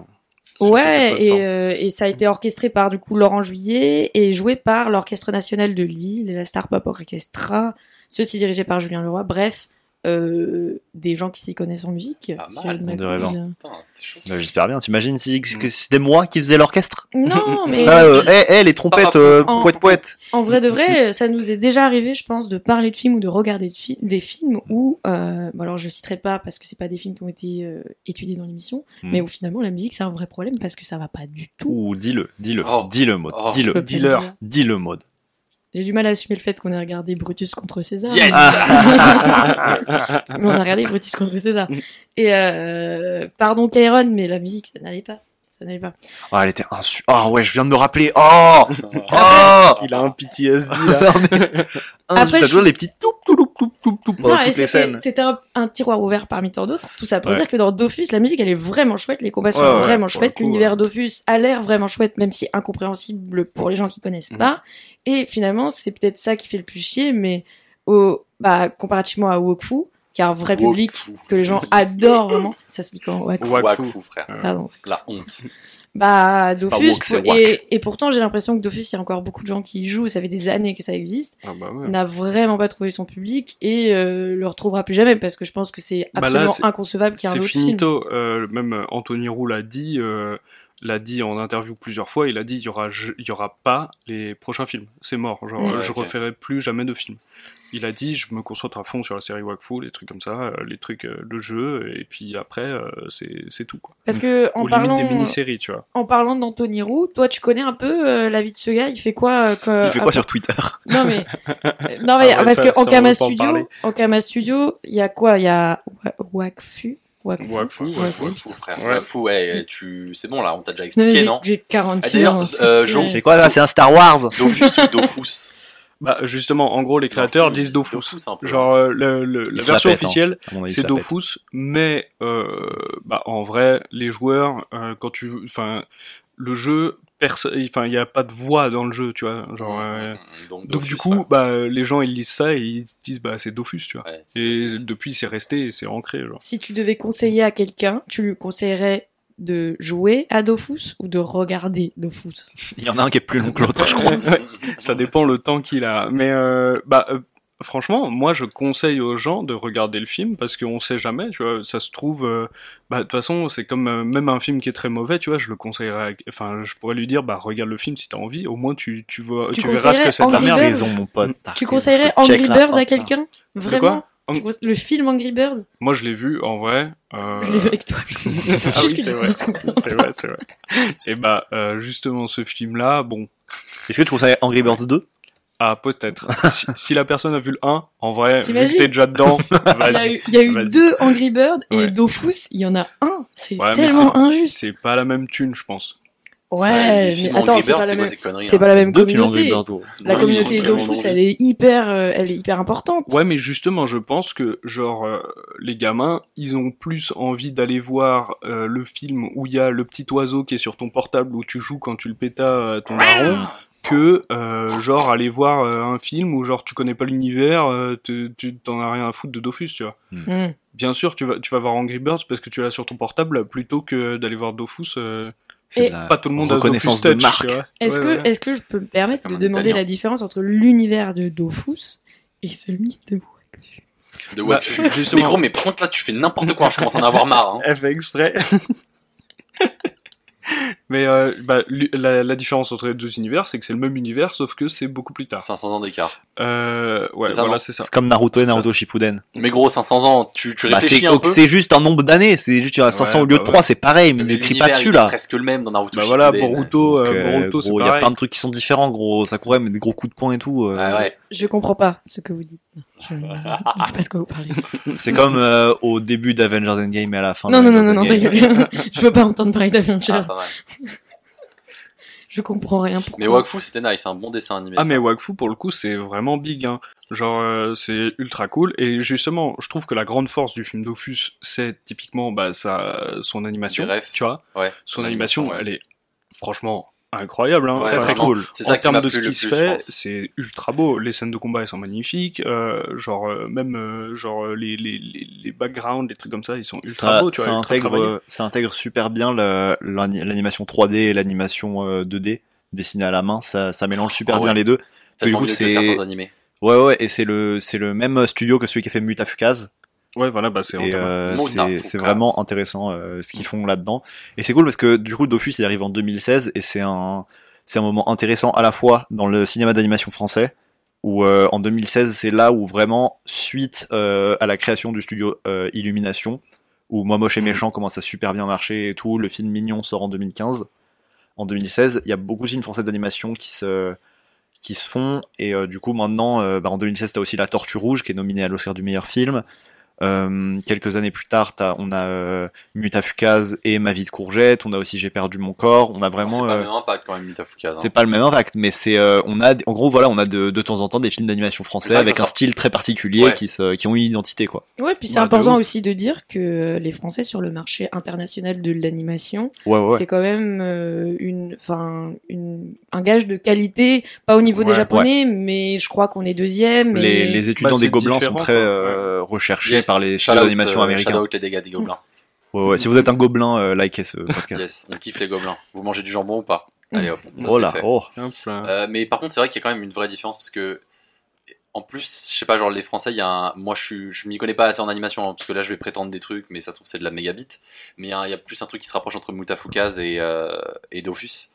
S2: sur
S4: Ouais,
S2: toutes les
S4: et,
S2: plateformes.
S4: euh, et ça a été orchestré par du coup Laurent Juillet et joué par l'Orchestre National de Lille et la Star Pop Orchestra, ceci dirigé par Julien Leroy, bref, euh, des gens qui s'y connaissent en musique.
S1: Pas
S4: si
S1: mal,
S4: je ne
S3: on dirait
S4: m'abuse.
S1: Putain, t'es chaud.
S3: Bah, J'espère bien, t'imagines si que c'était moi qui faisais l'orchestre
S4: Non, mais
S3: Ah, euh, Eh, eh, les trompettes, euh,
S4: En-
S3: poète poète
S4: en vrai de vrai, ça nous est déjà arrivé, je pense, de parler de films ou de regarder de fi- des films où, euh, bon alors je citerai pas parce que c'est pas des films qui ont été euh, étudiés dans l'émission,
S3: Mm.
S1: Hmm.
S4: mais où finalement la musique c'est un vrai problème parce que ça va pas du tout.
S3: Ouh, dis-le, dis-le,
S1: Oh.
S3: dis-le mode,
S1: Oh.
S4: Je peux
S3: dis-le,
S4: pas
S2: dealer.
S4: dire.
S3: dis-le mode.
S4: J'ai du mal à assumer le fait qu'on ait regardé Brutus contre César.
S1: Yes
S3: Ah.
S4: mais on a regardé Brutus contre César. Et euh, pardon Kairon, mais la musique, ça n'allait pas. Ça n'allait pas.
S3: Ah, elle était insu... Ah ouais, je viens de me rappeler. Oh
S1: Ah.
S4: euh,
S2: Il a un PTSD, là.
S3: Non, mais- Ah,
S4: Après,
S3: T'as
S4: je-
S3: toujours les petits toup toup toup toup toup toup pendant
S4: Non, et
S3: toutes les
S4: c'était
S3: scènes.
S4: c'était un, un tiroir ouvert parmi tant d'autres. Tout ça pour
S3: Ouais.
S4: dire que dans Dofus, la musique, elle est vraiment chouette. Les combats sont
S3: Ouais, ouais,
S4: vraiment
S2: pour le
S4: chouettes.
S2: coup,
S4: L'univers
S2: ouais.
S4: Dofus a l'air vraiment chouette, même si incompréhensible pour les gens qui connaissent
S3: Mm.
S2: Mhm.
S4: pas. Et finalement, c'est peut-être ça qui fait le plus chier, mais au, bah, comparativement à Wokfu, qui a un vrai public
S1: Wokfu.
S4: que les gens adorent vraiment. Ça se dit quand Wokfu,
S2: Wakfu.
S1: Wakfu, frère.
S4: pardon.
S1: La honte.
S4: Bah, Dofus,
S3: woke, c'est
S4: et, et pourtant j'ai l'impression que Dofus, il y a encore beaucoup de gens qui y jouent, ça fait des années que ça existe,
S2: Ah, bah ouais.
S4: n'a vraiment pas trouvé son public et euh, le retrouvera plus jamais parce que je pense que c'est
S2: Bah là,
S4: absolument
S2: c'est-
S4: inconcevable qu'il y ait un
S2: C'est
S4: autre film.
S2: finito. Euh, même euh, Anthony Roux l'a dit. euh, l'a dit en interview plusieurs fois, il a dit il y aura, je- il y aura pas les prochains films, c'est mort, genre
S4: Ouais,
S2: euh, je
S1: ok.
S2: referai plus jamais de films. Il a dit je me concentre à fond sur la série Wakfu, les trucs comme ça, euh, les trucs euh, le jeu et puis après euh, c'est c'est tout quoi.
S4: Parce que en
S2: Ou
S4: parlant,
S2: limite des mini-séries, tu vois.
S4: en parlant d'Anthony Roux, toi tu connais un peu euh, la vie de ce gars. Il fait quoi euh, que-
S3: Il fait quoi sur Twitter
S4: Non mais, euh, non mais
S2: Ah ouais,
S4: parce
S2: ça-
S4: que en
S2: ça, on
S4: Kama
S2: va pas en parler.
S4: Studio, en Kama Studio, il y a quoi Il y a Wa- Wakfu,
S2: Wakfu,
S4: Wakfu. Wakfu.
S2: Wakfu.
S1: Fou, frère.
S2: Ouais.
S1: Fou, ouais, tu... C'est bon, là, on t'a déjà
S4: Non, mais
S1: expliqué,
S4: j'ai-
S1: non
S4: J'ai
S2: Ah,
S4: 46
S1: D'ailleurs,
S4: ans.
S1: euh,
S4: c'est-
S1: Jean,
S3: C'est quoi là C'est un Star Wars
S1: Dofus ou Dofus
S2: Bah justement, en gros les créateurs disent Dofus.
S1: un peu.
S2: Genre euh, le- le- la
S3: se la
S2: version
S3: pètent, hein.
S2: officielle
S3: À mon avis,
S2: c'est
S3: ça pète.
S2: Dofus, mais euh, bah, en vrai, les joueurs, euh, quand tu, enfin, le jeu, perso- enfin, il n'y a pas de voix dans le jeu, tu vois. Genre, euh,
S1: Mm, Donc,
S2: donc
S1: Dofus,
S2: du coup, bah, les gens ils lisent ça et ils se disent bah c'est Dofus, tu vois.
S1: ouais. Ouais, c'est
S2: Et
S1: Dofus.
S2: depuis, c'est resté, et c'est ancré, genre.
S4: Si tu devais conseiller à quelqu'un, tu lui conseillerais de jouer à Dofus ou de regarder Dofus
S3: Il y en a un qui est plus long que l'autre, je crois.
S2: Ouais, ça dépend le temps qu'il a. Mais euh, bah, euh, franchement, moi, je conseille aux gens de regarder le film parce qu'on sait jamais, tu vois. Ça se trouve, euh, bah, de toute façon, c'est comme euh, même un film qui est très mauvais, tu vois. Je le conseillerais, à- enfin, je pourrais lui dire, bah, regarde le film si t'as envie. Au moins, tu, tu, vois,
S4: Tu
S2: tu, verras ce que
S4: conseillerais
S2: c'est de la
S4: Angry
S3: T'as
S2: merde.
S4: Birds
S3: raison, mon pote.
S2: Ah,
S3: t'as
S4: Tu
S3: raison,
S4: conseillerais
S3: je te check
S4: Angry
S3: là.
S4: Birds à
S3: Hop,
S4: quelqu'un
S2: De
S4: Vraiment
S2: quoi
S4: Tu
S2: Ang-
S4: cons- Le film Angry Birds
S2: Moi, je l'ai vu en vrai. euh,
S4: Je l'ai vu avec toi.
S2: Ah oui,
S4: Juste que
S2: c'est
S4: je
S2: vrai.
S4: dise son nom.
S2: c'est vrai, c'est vrai. Et bah, euh, justement, ce film-là, bon,
S3: Est-ce que tu conseillerais Angry Birds 2
S2: ah, peut-être. si, si la personne a vu le 1, en vrai, vu que
S4: T'imagines Bah
S2: t'es déjà dedans,
S4: Il y a
S2: vas-y.
S4: eu, il y a eu
S2: vas-y.
S4: deux Angry Birds et
S2: Ouais.
S4: Dofus, il y en a un. C'est
S2: Ouais, mais
S4: tellement
S2: c'est-
S4: injuste.
S2: C'est pas la même thune, je pense.
S1: les
S4: Ouais,
S1: films
S4: mais attends,
S1: Angry
S4: c'est
S1: Birds,
S4: pas la
S1: quoi
S4: même.
S1: ces conneries,
S4: C'est
S1: hein
S4: pas la même
S3: Deux films
S4: communauté.
S3: Angry Birds. ouais.
S4: La
S1: Ouais,
S4: communauté
S1: ils ont
S4: Dofus,
S1: tellement
S4: elle est hyper, euh, elle est hyper importante.
S2: Ouais, mais justement, je pense que, genre, euh, les gamins, ils ont plus envie d'aller voir euh, le film où il y a le petit oiseau qui est sur ton portable où tu joues quand tu le pétas à ton daron que, euh, genre, aller voir euh, un film où, genre, tu connais pas l'univers, euh, tu tu- t'en as rien à foutre de Dofus, tu vois.
S4: Hmm.
S2: Bien sûr, tu vas, tu vas voir Angry Birds parce que tu l'as sur ton portable plutôt que d'aller voir Dofus. euh,
S3: C'est
S4: Et-
S3: de la-
S2: pas tout le monde a Dofus
S3: reconnaissance
S2: Touch,
S3: de
S2: tu
S3: marque.
S2: vois.
S4: Est-ce
S2: Ouais,
S4: que,
S2: voilà.
S4: est-ce que je peux me permettre
S1: C'est
S4: de
S1: comme un
S4: demander
S1: Italien.
S4: la différence entre l'univers de Dofus et celui de Wakfu
S1: De
S2: Bah,
S1: Wakfu. Mais
S2: justement.
S1: gros, mais par contre, là, tu fais n'importe quoi, je commence à en avoir marre. hein.
S2: Elle fait exprès. Mais euh, bah, lu- la, la différence entre les deux univers, c'est que c'est le même univers, sauf que c'est beaucoup plus tard.
S1: 500 ans d'écart.
S2: Euh, ouais,
S1: C'est ça, non
S2: voilà, c'est ça.
S3: C'est comme Naruto et
S2: C'est ça.
S3: Naruto Shippuden.
S1: Mais gros, 500 ans, tu, tu
S3: Bah,
S1: réfléchis
S3: c'est
S1: un peu.
S3: c'est juste un nombre d'années. C'est juste, tu as 500 au lieu de
S2: bah
S3: 3, c'est pareil, mais ne
S1: Mais
S3: crie
S1: l'univers,
S3: pas dessus
S1: il est
S3: là.
S1: presque le même dans Naruto
S2: Bah voilà,
S1: Shippuden.
S2: Boruto, euh,
S3: Donc, euh,
S2: Boruto, c'est
S3: gros, il y a
S2: pareil.
S3: plein de trucs qui sont différents, gros. Sakurai met des gros coups de poing et tout. euh,
S1: Ouais, ouais.
S4: Je comprends pas ce que vous dites. Je ne sais pas de quoi vous parlez.
S3: C'est comme euh, au début d'Avengers Endgame et à la fin.
S4: Non, non, non, non,
S3: d'Avengers
S4: non, ta
S3: Endgame.
S4: gueule. Je veux pas entendre parler d'Avengers.
S1: Ah, pas mal.
S4: Je comprends rien. Pourquoi
S1: Mais Wakfu, c'était nice, c'est un bon dessin animé.
S2: Ah
S1: ça.
S2: mais Wakfu pour le coup c'est vraiment big hein. Genre euh, c'est ultra cool et justement je trouve que la grande force du film Dofus c'est typiquement bah ça son animation,
S1: Des refs.
S2: tu vois.
S1: Ouais.
S2: Son
S1: Ouais,
S2: animation,
S1: ouais.
S2: elle est franchement incroyable hein.
S1: Ouais,
S3: Très très
S1: vraiment.
S3: cool.
S1: C'est
S2: en
S1: ça qui
S2: termes
S1: m'a
S2: de
S1: plu
S2: ce
S1: le
S2: qui se
S1: plus, je
S2: fait,
S1: pense.
S2: c'est ultra beau. Les scènes de combat, elles sont magnifiques. Euh, genre, euh, même euh, genre, euh, les, les, les, les backgrounds, les trucs comme ça, ils sont ultra
S3: Ça,
S2: beaux. Tu
S3: ça
S2: vois, ultra
S3: intègre,
S2: travaillés.
S3: euh, ça intègre super bien le- l'ani- l'animation 3D et l'animation euh, 2D dessinée à la main. Ça, ça mélange super
S1: Ah ouais.
S3: bien les deux.
S1: Tellement
S3: du coup,
S1: mieux que
S3: c'est-
S1: certains animés.
S3: Ouais, ouais, et c'est le, c'est le même studio que celui qui a fait Mutafukaz.
S2: Ouais, voilà, bah, c'est
S3: Et
S2: rentable.
S3: euh,
S1: Mona
S3: c'est-
S1: Foucault.
S3: c'est vraiment intéressant euh, ce qu'ils font là-dedans. Et c'est cool parce que du coup, Dofus il arrive en 2016 et c'est un c'est un moment intéressant à la fois dans le cinéma d'animation français où euh, en 2016 c'est là où vraiment suite euh, à la création du studio euh, Illumination où Moi
S1: Mhm.
S3: Moche et Méchant commence à super bien marcher et tout. Le film Mignon sort en 2015. En 2016, il y a beaucoup de films français d'animation qui se qui se font et euh, du coup maintenant euh, bah, en 2016 t'as aussi La Tortue Rouge qui est nominée à l'Oscar du meilleur film euh, quelques années plus tard, t'as- on a euh, Mutafukaz et Ma vie de courgette. On a aussi J'ai perdu mon corps. On a
S1: Ah, C'est
S3: vraiment.
S1: pas
S3: euh,
S1: le même impact quand même, Mutafukaz. hein.
S3: C'est pas le même impact, mais c'est euh, on a en gros voilà on a de, de temps en temps des films d'animation
S1: C'est
S3: français
S1: ça,
S3: avec
S1: ça
S3: un
S1: sort.
S3: style très particulier
S1: Ouais.
S3: qui se qui ont une identité quoi.
S4: Ouais, puis c'est
S2: Bah, de
S4: important
S2: ouf.
S4: aussi de dire que les Français sur le marché international de l'animation,
S3: Ouais ouais.
S4: c'est quand même euh, une, enfin, une, un gage de qualité, pas au niveau des
S2: Ouais,
S4: Japonais, mais je crois qu'on est deuxième.
S3: Les,
S4: et-
S3: les étudiants
S2: Bah,
S3: des
S2: c'est
S3: gobelins sont
S2: différent,
S3: très
S2: quoi.
S3: euh, recherchés
S1: Yes,
S3: par les
S1: shout
S3: studios
S1: out,
S3: d'animation
S1: euh,
S3: américains.
S1: Shout out les dégâts des gobelins.
S3: Ouais, ouais. Si vous êtes un gobelin, euh, likez ce podcast.
S1: Yes, on kiffe les gobelins. Vous mangez du jambon ou pas Allez hop. ça,
S3: oh
S1: c'est
S3: là,
S1: fait.
S3: oh.
S2: Hop là.
S1: Euh, mais par contre, c'est vrai qu'il y a quand même une vraie différence parce que en plus, je sais pas, genre les Français, il y a un... moi je suis, je m'y connais pas assez en animation hein, parce que là je vais prétendre des trucs, mais ça se trouve c'est de la méga bite. Mais il y, a un- il y a plus un truc qui se rapproche entre Mutafukaz et, euh, et Dofus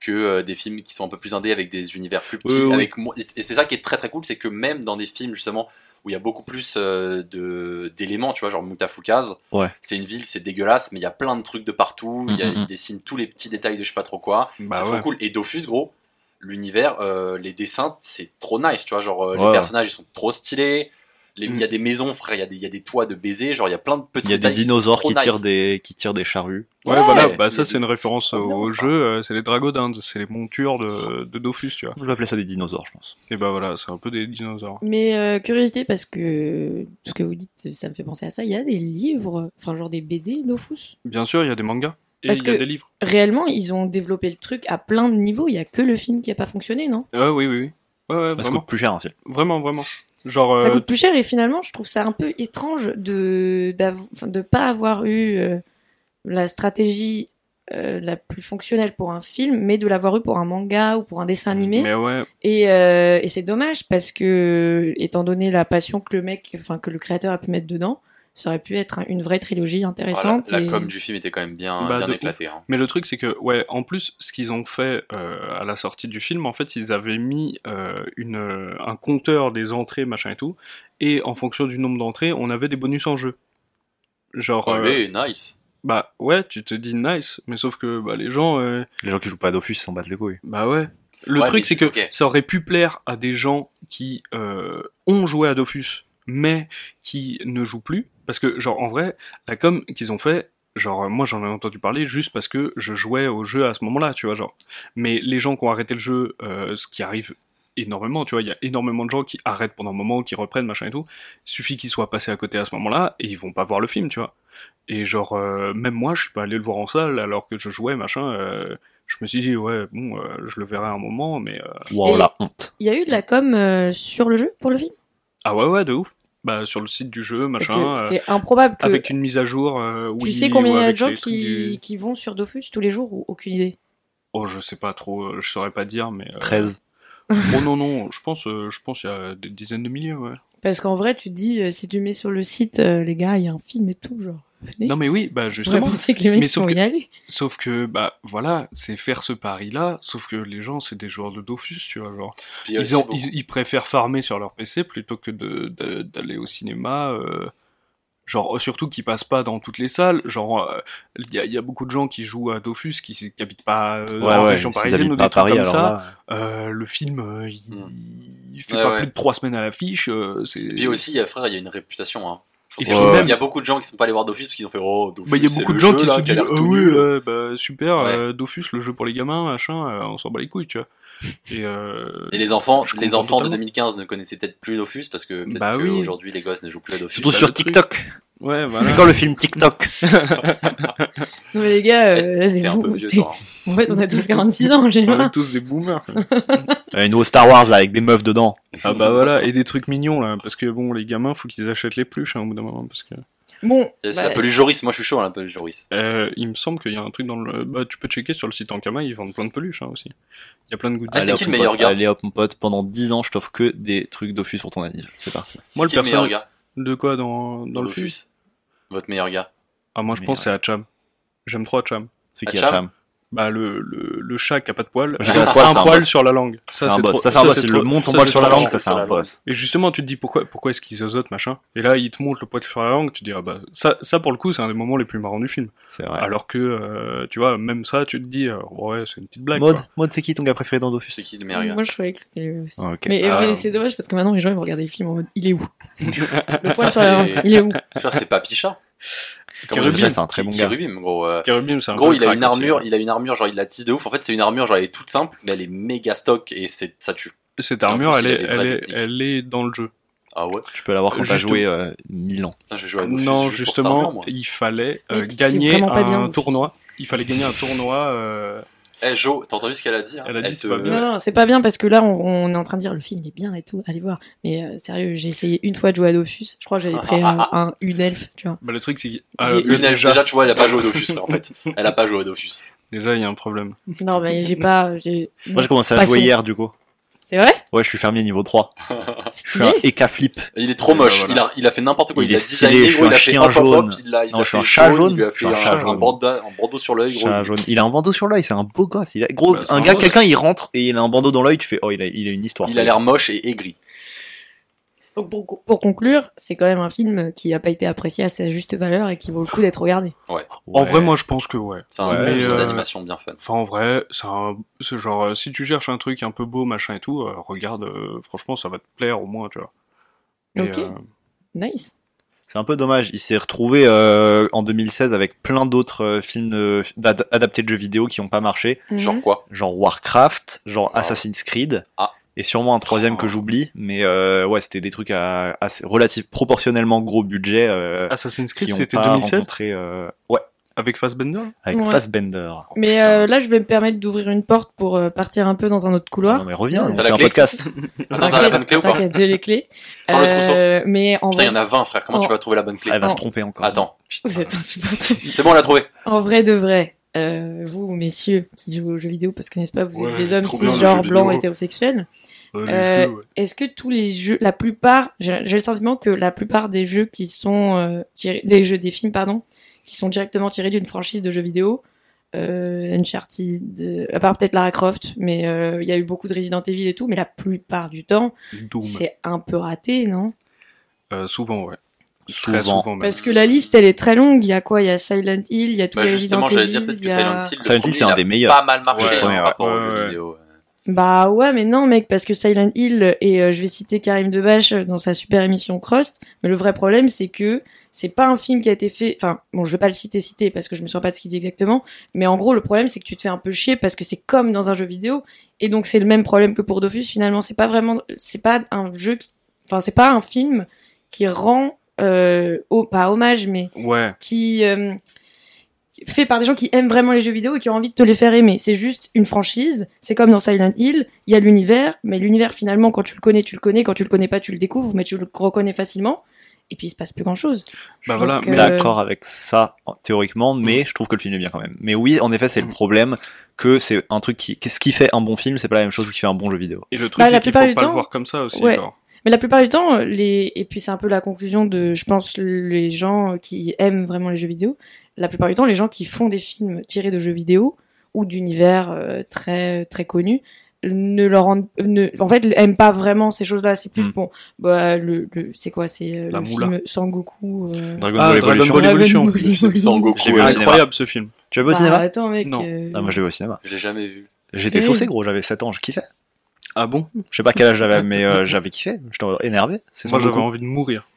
S1: que euh, des films qui sont un peu plus indés avec des univers plus petits.
S3: Oui, oui.
S1: avec moins- Et c'est ça qui est très très cool, c'est que même dans des films justement où il y a beaucoup plus euh, de d'éléments, tu vois, genre Mutafukaz,
S3: Ouais.
S1: c'est une ville, c'est dégueulasse, mais il y a plein de trucs de partout. Il y a-
S3: Mhm.
S1: ils dessinent tous les petits détails de je sais pas trop quoi
S2: Bah
S1: c'est
S2: ouais.
S1: trop cool. Et Dofus, gros, l'univers, euh, les dessins, c'est trop nice, tu vois. Genre, euh, les
S3: Ouais.
S1: personnages, ils sont trop stylés. Les- Il
S2: Mm.
S1: y a des maisons, frère, il y, a des- il y a des toits de baisers, genre, il y a plein de petits
S3: Il y a des
S1: détails sont
S3: dinosaures
S1: trop
S3: qui
S1: nice.
S3: tirent des qui tirent des charrues.
S2: Ouais,
S1: Ouais, mais
S2: voilà,
S1: il
S2: bah
S1: y a
S2: ça c'est
S1: des-
S2: une référence
S1: c'est
S2: au,
S1: trop bien,
S2: au
S1: ça.
S2: jeu, euh, c'est les dragons d'Inde, c'est les montures de, de Dofus, tu vois.
S3: Je vais appeler ça des dinosaures, je pense.
S2: Et bah voilà, c'est un peu des dinosaures.
S4: Mais euh, curiosité, parce que tout ce que vous dites, ça me fait penser à ça. Il y a des livres, enfin, genre des BD Dofus.
S2: Bien sûr, il y a des mangas et
S4: Parce
S2: il y a
S4: que-
S2: des livres.
S4: Réellement, ils ont développé le truc à plein de niveaux. Il y a que le film qui a pas fonctionné, non
S2: Ah oui, oui, oui. Ouais, ouais,
S3: Ça
S2: vraiment,
S3: coûte plus cher hein, en fait.
S2: vraiment, vraiment. Genre,
S4: Ça
S2: euh,
S4: coûte plus cher et finalement, je trouve ça un peu étrange de d'av- enfin, de pas avoir eu euh, la stratégie euh, la plus fonctionnelle pour un film, mais de l'avoir eu pour un manga ou pour un dessin animé.
S2: mais ouais,
S4: Et, euh, et c'est dommage parce que, étant donné la passion que le mec, enfin que le créateur a pu mettre dedans, ça aurait pu être un- une vraie trilogie
S1: Voilà,
S4: intéressante.
S1: la
S4: et-
S1: com du film était quand même bien,
S2: Bah, de
S1: bien
S2: ouf.
S1: éclatée. hein.
S2: Mais le truc, c'est que, ouais, en plus, ce qu'ils ont fait euh, à la sortie du film, en fait, ils avaient mis euh, une, euh, un compteur des entrées, machin et tout, et en fonction du nombre d'entrées, on avait des bonus en jeu. Genre, euh,
S1: Allez, nice.
S2: bah ouais, tu te dis nice, mais sauf que bah, les gens, euh,
S3: Les gens qui jouent pas à Dofus ils s'en battent les couilles.
S2: bah ouais. Le
S1: Ouais,
S2: truc,
S1: mais-
S2: c'est que
S1: ok.
S2: ça aurait pu plaire à des gens qui euh, ont joué à Dofus, mais qui ne jouent plus. Parce que, genre, en vrai, la com qu'ils ont fait, genre, euh, moi j'en ai entendu parler juste parce que je jouais au jeu à ce moment-là, tu vois, genre. Mais les gens qui ont arrêté le jeu, euh, ce qui arrive énormément, tu vois, il y a énormément de gens qui arrêtent pendant un moment, qui reprennent, machin et tout. Il suffit qu'ils soient passés à côté à ce moment-là et ils vont pas voir le film, tu vois. Et genre, euh, même moi, je suis pas allé le voir en salle alors que je jouais, machin. euh, je me suis dit, ouais, bon, euh, je le verrai un moment, mais. euh,
S3: Wow,
S4: Et-
S3: la honte.
S4: Il y a eu de la com euh, sur le jeu pour le film.
S2: Ah ouais, ouais, de ouf. Bah, sur le site du jeu,
S4: Parce
S2: machin.
S4: que
S2: euh,
S4: c'est improbable que
S2: Avec une mise à jour. euh,
S4: tu
S2: Wii
S4: sais combien
S2: ou
S4: il y a
S2: avec
S4: de gens
S2: les trucs
S4: qui,
S2: du-
S4: qui vont sur Dofus tous les jours ou aucune idée.
S2: Oh, je sais pas trop, euh, je saurais pas dire, mais. euh,
S3: 13.
S2: Oh non, non, je pense euh, je pense il y a des dizaines de milliers, ouais.
S4: Parce qu'en vrai, tu te dis euh, si tu mets sur le site euh, les gars, il y a un film et tout genre. venez.
S2: Non, mais oui, bah,
S4: Je pourrais
S2: justement.
S4: penser que les mecs
S2: Mais sauf
S4: vont
S2: que-
S4: y aller.
S2: Sauf que, bah, voilà, c'est faire ce pari-là, sauf que les gens, c'est des joueurs de Dofus, tu vois, genre.
S1: Puis,
S2: Ils,
S1: aussi,
S2: ont-
S1: beaucoup-
S2: ils, ils préfèrent farmer sur leur PC plutôt que de- de- d'aller au cinéma. euh, genre, surtout qu'ils passent pas dans toutes les salles. Genre, euh, il y, a- il y a beaucoup de gens qui jouent à Dofus qui, qui habitent pas euh,
S3: Ouais,
S2: en
S3: ouais,
S2: région
S3: s'ils
S2: parisienne
S3: habitent
S2: ou
S3: pas
S2: des
S3: à
S2: trucs
S3: Paris,
S2: comme
S3: alors
S2: ça.
S3: là.
S2: Euh, le film, euh, il,
S1: Hmm.
S2: il fait
S1: Ouais,
S2: pas
S1: ouais.
S2: plus de trois semaines à l'affiche. euh, c'est-
S1: Puis aussi, il y a- frère, il y a une réputation. Hein.
S2: Et
S1: Je
S2: puis
S1: pense que
S2: même-
S1: Il y a beaucoup de gens qui sont pas allés voir Dofus parce qu'ils ont fait Oh, Dofus.
S2: Bah, il y a
S1: c'est
S2: beaucoup
S1: le
S2: de gens
S1: jeu,
S2: qui
S1: là,
S2: se disent
S1: a l'air
S2: ah
S1: tout
S2: ouais,
S1: nul.
S2: euh, bah, super,
S1: Ouais.
S2: euh, Dofus, le jeu pour les gamins, machin, euh, on s'en bat les couilles, tu vois. Et, euh,
S1: Et les enfants,
S2: Je
S1: les
S2: comprends
S1: enfants de
S2: totalement.
S1: 2015 ne connaissaient peut-être plus Dofus parce que peut-être
S2: Bah
S1: que
S2: oui.
S1: aujourd'hui les gosses ne jouent plus à Dofus.
S3: Surtout
S2: pas
S3: sur
S2: le truc. Ah.
S3: TikTok.
S2: ouais, voilà.
S3: C'est quand le film TikTok
S4: Non mais les gars, euh, là c'est
S1: C'est un peu
S4: vous.
S1: vieux,
S4: c'est-
S1: ça. hein.
S4: En fait, on a tous 46 ans, j'ai
S2: On
S4: marre.
S2: est tous des boomers. quoi.
S3: Un nouveau Euh, Star Wars là avec des meufs dedans.
S2: Ah bah voilà, et des trucs mignons là, parce que bon, les gamins, faut qu'ils achètent les pluches hein, au bout d'un moment, parce que
S4: Bon,
S1: Et C'est la
S4: bah,
S1: peluche Joris, moi je suis chaud, hein, la peluche Joris.
S2: Euh, il me semble qu'il y a un truc dans le, bah tu peux checker sur le site Ankama, ils vendent plein de peluches hein, aussi. Il y a plein de goodies.
S1: Ah, c'est
S3: Allez,
S1: qui
S3: hop,
S1: le
S3: mon
S1: meilleur
S3: pote,
S1: gars
S3: Allez hop mon pote, pendant 10 ans je t'offre que des trucs Dofus pour ton anniv. C'est parti.
S2: Moi,
S1: C'est
S2: le
S1: qui meilleur
S2: personnage-
S1: gars
S2: de quoi dans, dans le
S1: Dofus
S2: fus
S1: Votre meilleur gars.
S2: Ah moi je
S3: Mais
S2: pense
S3: ouais.
S2: que c'est Hacham. J'aime trop Hacham.
S3: C'est
S1: Ah,
S3: qui
S1: Cham
S3: Cham
S2: Bah le, le, le chat qui a pas de poils,
S3: J'ai pas de poils,
S2: un
S3: c'est un
S2: poil
S3: boss.
S2: sur la langue.
S3: C'est un
S2: trop-
S3: boss. Ça c'est un boss. Il
S2: trop-
S3: le monte en
S2: ça,
S3: poil
S2: c'est
S3: sur la
S2: trop
S3: langue,
S2: chiant.
S3: ça c'est un boss.
S2: Et justement, tu te dis pourquoi, pourquoi est-ce qu'ils osotent, machin. Et là, ils te montrent le poil sur la langue, tu te dis, ah bah, ça, ça pour le coup, c'est un des moments les plus marrants du film.
S3: C'est vrai.
S2: Alors que, euh, tu vois, même ça, tu te dis, euh, ouais, c'est une petite blague.
S3: Mode,
S2: quoi.
S3: Mode c'est qui ton gars préféré dans Dofus
S1: C'est qui le meilleur gars
S4: moi je croyais que c'était lui aussi.
S3: Ah, ok.
S4: Mais,
S2: Ah.
S4: mais c'est dommage parce que maintenant les gens ils vont regarder le film en mode il est où Le poil
S1: Ah,
S4: sur la
S1: c'est-
S4: langue, il est où
S1: Faire ses papy chat.
S2: Comment il
S3: s'appelle, c'est un très bon gars.
S1: Kirubim, gros. euh,
S2: Cherubim, c'est un
S1: Gros,
S2: peu
S1: il a
S2: crack
S1: une
S2: aussi,
S1: armure,
S2: hein.
S1: il a une armure, genre il la tisse de ouf. En fait, c'est une armure, genre elle est toute simple, mais elle est méga stock et c'est ça tue.
S2: hein. Cette
S1: Et en
S2: armure,
S1: plus,
S2: elle
S1: il a
S2: est,
S1: des
S2: elle,
S1: vraies
S2: est,
S1: techniques.
S2: elle est dans le jeu.
S1: Ah ouais
S3: Tu peux l'avoir quand t'as
S2: Juste-
S3: joué euh, 1000 ans.
S1: Putain, je joue à Dofus
S2: non,
S1: bah, juste pour cette armure,
S2: justement,
S1: moi.
S2: il fallait euh,
S4: Mais c'est
S2: gagner
S4: vraiment pas
S2: un
S4: bien, Dofus.
S2: tournoi. Il fallait gagner un tournoi. euh,
S1: Eh Jo, t'as entendu ce qu'elle a dit hein
S2: Elle a dit,
S1: te-
S2: c'est pas bien.
S4: Non, non, c'est pas bien parce que là on, on est en train de dire le film il est bien et tout, allez voir. Mais euh, sérieux, j'ai essayé une fois de jouer à Dofus, je crois que j'avais pris euh, un, une elfe, tu vois.
S2: Bah, le truc, c'est que-
S4: J'ai
S2: euh,
S4: eu-
S1: Une, elle,
S2: déjà,
S1: déjà. tu vois, elle a pas joué au Dofus, là, en fait. Elle a pas joué au Dofus.
S2: déjà, il y a un problème.
S4: Non mais j'ai pas, j'ai.
S3: Moi j'ai commencé à
S4: Passons.
S3: jouer hier du coup.
S4: C'est vrai
S3: Ouais, je suis fermier niveau 3. Je suis un
S4: Stylé.
S3: Eka flip.
S1: Il est trop moche.
S3: Euh, voilà.
S1: Il, a, il a fait n'importe quoi.
S3: Il
S1: Il, a
S3: est stylé,
S1: designé,
S3: je
S1: gros,
S3: suis
S1: il a
S3: un
S1: fait
S3: chien
S1: hop, hop, hop,
S3: jaune.
S1: il a, il
S3: Non,
S1: a
S3: je suis un
S1: fait
S3: chat jaune.
S1: Il lui a
S3: Je
S1: fait
S3: suis un
S1: un,
S3: chat
S1: un
S3: jaune.
S1: bordeaux- un bandeau sur l'œil.
S3: Je
S1: gros.
S3: suis un jaune. Il a un bandeau sur l'œil, c'est un beau gosse. Il a... Gros,
S2: Bah, c'est
S3: un
S2: un
S3: gars,
S2: gosse.
S3: quelqu'un, il rentre et il a un bandeau dans l'œil, tu fais oh, il a, il a une histoire.
S1: Il a l'air moche et aigri.
S4: Donc, pour, pour conclure, c'est quand même un film qui n'a pas été apprécié à sa juste valeur et qui vaut le coup d'être regardé.
S2: En
S3: Ouais.
S2: vrai, moi, je pense que ouais.
S1: C'est un
S3: Ouais,
S1: bon
S2: mais,
S1: film
S2: euh,
S1: d'animation bien fun.
S2: Enfin, en vrai, c'est un... c'est genre, euh, si tu cherches un truc un peu beau, machin et tout, euh, regarde, euh, franchement, ça va te plaire au moins, tu vois. Et,
S4: Ok.
S2: euh,
S4: Nice.
S3: C'est un peu dommage. Il s'est retrouvé euh, en 2016 avec plein d'autres euh, films euh, d'ad- adaptés de jeux vidéo qui n'ont pas marché,
S4: Mhm.
S1: Genre quoi
S3: genre Warcraft, genre
S1: Ah.
S3: Assassin's Creed,
S1: Ah.
S3: et sûrement un troisième
S2: Oh.
S3: que j'oublie. Mais euh, ouais, c'était des trucs à assez relative, proportionnellement gros budget euh,
S2: Assassin's
S3: qui
S2: Creed,
S3: ont
S2: c'était
S3: pas
S2: 2016
S3: rencontré. euh, ouais,
S2: avec Fassbender
S3: avec
S4: Ouais.
S3: Fassbender.
S4: Mais euh, là, je vais me permettre d'ouvrir une porte pour euh, partir un peu dans un autre couloir.
S3: Non mais reviens, on
S1: T'as la
S3: fait un
S1: clé
S3: podcast.
S1: Attends, t'as la bonne clé ou pas
S4: T'inquiète, j'ai les clés.
S1: Sans le trousseau.
S4: Euh, mais en
S1: Putain, il y en
S4: vrai,
S1: a 20, frère. Comment tu
S4: Oh.
S1: vas trouver la bonne
S2: Ah,
S1: clé
S3: Elle va se
S4: Oh.
S3: tromper encore.
S1: Attends.
S4: vous êtes insupportable.
S1: C'est bon, on l'a trouvé.
S4: En vrai de vrai, euh, vous, messieurs, qui jouez aux jeux vidéo, parce que n'est-ce pas, vous
S2: Ouais,
S4: êtes des hommes
S2: trop bien, les jeux
S4: cisgenres,
S2: vidéo.
S4: blancs, hétérosexuels.
S2: Euh, les
S4: Euh,
S2: jeux, ouais.
S4: Est-ce que tous les jeux, la plupart, j'ai j'ai le sentiment que la plupart des jeux qui sont euh, tirés, des jeux, des films, pardon, qui sont directement tirés d'une franchise de jeux vidéo, euh, Uncharted, euh, à part peut-être Lara Croft, mais euh, il y a eu beaucoup de Resident Evil et tout, mais la plupart du temps,
S2: Doom.
S4: c'est un peu raté, non
S2: Euh, souvent, ouais.
S3: Souvent.
S2: Très souvent même.
S4: Parce que la liste, elle est très longue. Il y a quoi Il y a Silent Hill, il y a euh, tous
S1: Bah,
S4: les
S1: justement,
S4: Resident
S1: j'allais
S4: Evil.
S1: dire peut-être que
S4: il y a-
S1: Silent Hill, le
S3: Silent Hill,
S1: premier,
S3: c'est un
S1: il a
S3: des meilleurs.
S1: Pas mal marché
S2: Ouais,
S1: hein,
S3: ouais,
S1: par rapport
S2: ouais,
S1: aux jeux
S2: ouais.
S1: vidéo.
S4: Bah ouais, mais non, mec, parce que Silent Hill, et euh, je vais citer Karim Debache euh, dans sa super émission Crust, mais le vrai problème, c'est que c'est pas un film qui a été fait. Enfin, bon, je vais pas le citer, citer, parce que je me souviens pas de ce qu'il dit exactement, mais en gros, le problème, c'est que tu te fais un peu chier parce que c'est comme dans un jeu vidéo, et donc c'est le même problème que pour Dofus, finalement. C'est pas vraiment. C'est pas un jeu qui. Enfin, c'est pas un film qui rend. Euh, au- pas hommage, mais
S2: Ouais.
S4: qui euh, fait par des gens qui aiment vraiment les jeux vidéo et qui ont envie de te les faire aimer. C'est juste une franchise. C'est comme dans Silent Hill, il y a l'univers, mais l'univers finalement, quand tu le connais, tu le connais. Quand tu le connais pas, tu le découvres, mais tu le reconnais facilement. Et puis il se passe plus grand chose.
S2: Bah voilà,
S4: que-
S2: mais
S3: D'accord avec ça en- théoriquement, mais je trouve que le film est bien quand même. Mais oui, en effet, c'est le problème que c'est un truc qui, qu'est-ce qui fait un bon film, c'est pas la même chose qui fait un bon jeu vidéo.
S2: Et le truc,
S4: Bah, la
S2: c'est qu'il faut
S4: plupart du
S2: pas le
S4: temps-
S2: voir comme ça aussi.
S4: Ouais.
S2: Genre.
S4: Mais la plupart du temps, les et puis c'est un peu la conclusion de, je pense, les gens qui aiment vraiment les jeux vidéo. La plupart du temps, les gens qui font des films tirés de jeux vidéo ou d'univers euh, très très connus ne leur rendent, ne, en fait, aiment pas vraiment ces choses-là. C'est plus
S3: Mm.
S4: bon, bah le, le c'est quoi, c'est euh,
S2: Hmm. La
S4: le
S2: moula.
S4: film Sangoku. Euh...
S3: Dragon
S2: Ah,
S3: Ball
S2: Dragon
S3: Evolution.
S2: Ball Evolution.
S4: Dragon Ball Evolution.
S1: Sangoku, euh,
S3: Je
S2: C'est
S3: l'ai vu au
S1: ouais.
S3: cinéma.
S2: incroyable ce film.
S3: Tu l'as vu au
S4: Bah,
S3: cinéma
S4: attends mec.
S2: Non.
S4: euh,
S3: Ah, moi je l'ai vu au cinéma.
S1: Je l'ai jamais vu.
S3: J'étais
S4: Oui.
S3: saucé gros, j'avais 7 ans, je kiffais.
S2: Ah bon
S3: Je sais pas quel âge j'avais, mais euh, j'avais kiffé. J'étais énervé. C'est
S2: Moi,
S3: sans
S2: j'avais
S3: beaucoup.
S2: envie de mourir.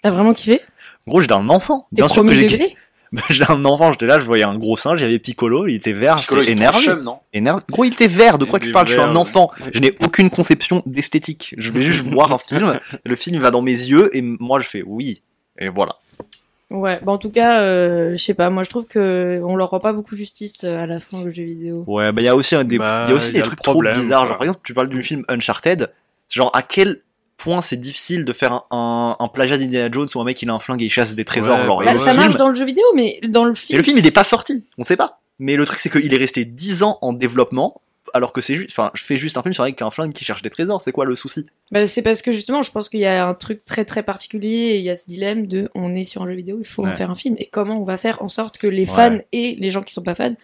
S4: T'as vraiment kiffé
S3: Gros, j'étais un enfant.
S4: T'es
S3: Bien sûr que
S4: premier
S3: j'ai kiffé.
S4: degré
S3: J'étais un enfant, j'étais là, je voyais un gros singe, il y avait Piccolo, il était vert,
S1: Piccolo, il
S3: j'étais
S1: est trop
S3: énervé.
S1: chum, non
S3: Énervé. Gros, il était vert, de quoi
S2: Il
S3: tu
S2: est
S3: parles Je suis
S2: vert,
S3: un
S2: ouais.
S3: enfant.
S2: Ouais.
S3: Je n'ai aucune conception d'esthétique. Je vais juste voir un film, le film va dans mes yeux et moi je fais oui. Et voilà.
S4: Ouais. Bah en tout cas, euh, je sais pas. Moi je trouve que on leur rend pas beaucoup justice euh, à la fin le jeu vidéo.
S3: Ouais, bah il y a aussi un des,
S2: Bah,
S3: il y a aussi
S2: il y
S3: des
S2: a le
S3: trucs
S2: problème,
S3: trop bizarres. Genre,
S2: quoi.
S3: par exemple, tu parles du film Uncharted, c'est genre à quel point c'est difficile de faire un, un, un plagiat d'Indiana Jones où un mec il a un flingue et il chasse des trésors.
S2: Ouais,
S3: genre,
S2: bah
S3: et
S4: Bah,
S3: le
S4: ça
S3: film-
S4: marche dans le jeu vidéo, mais dans le film.
S3: Et le film, il n'est pas sorti, on sait pas. Mais le truc, c'est qu'il est resté 10 ans en développement, alors que c'est juste. Enfin, je fais juste un film sur un mec qui a un flingue qui cherche des trésors, c'est quoi le souci
S4: Bah, c'est parce que justement, je pense qu'il y a un truc très très particulier et il y a ce dilemme de on est sur un jeu vidéo, il faut
S3: Ouais.
S4: en faire un film. Et comment on va faire en sorte que les
S3: Ouais.
S4: fans et les gens qui sont pas fans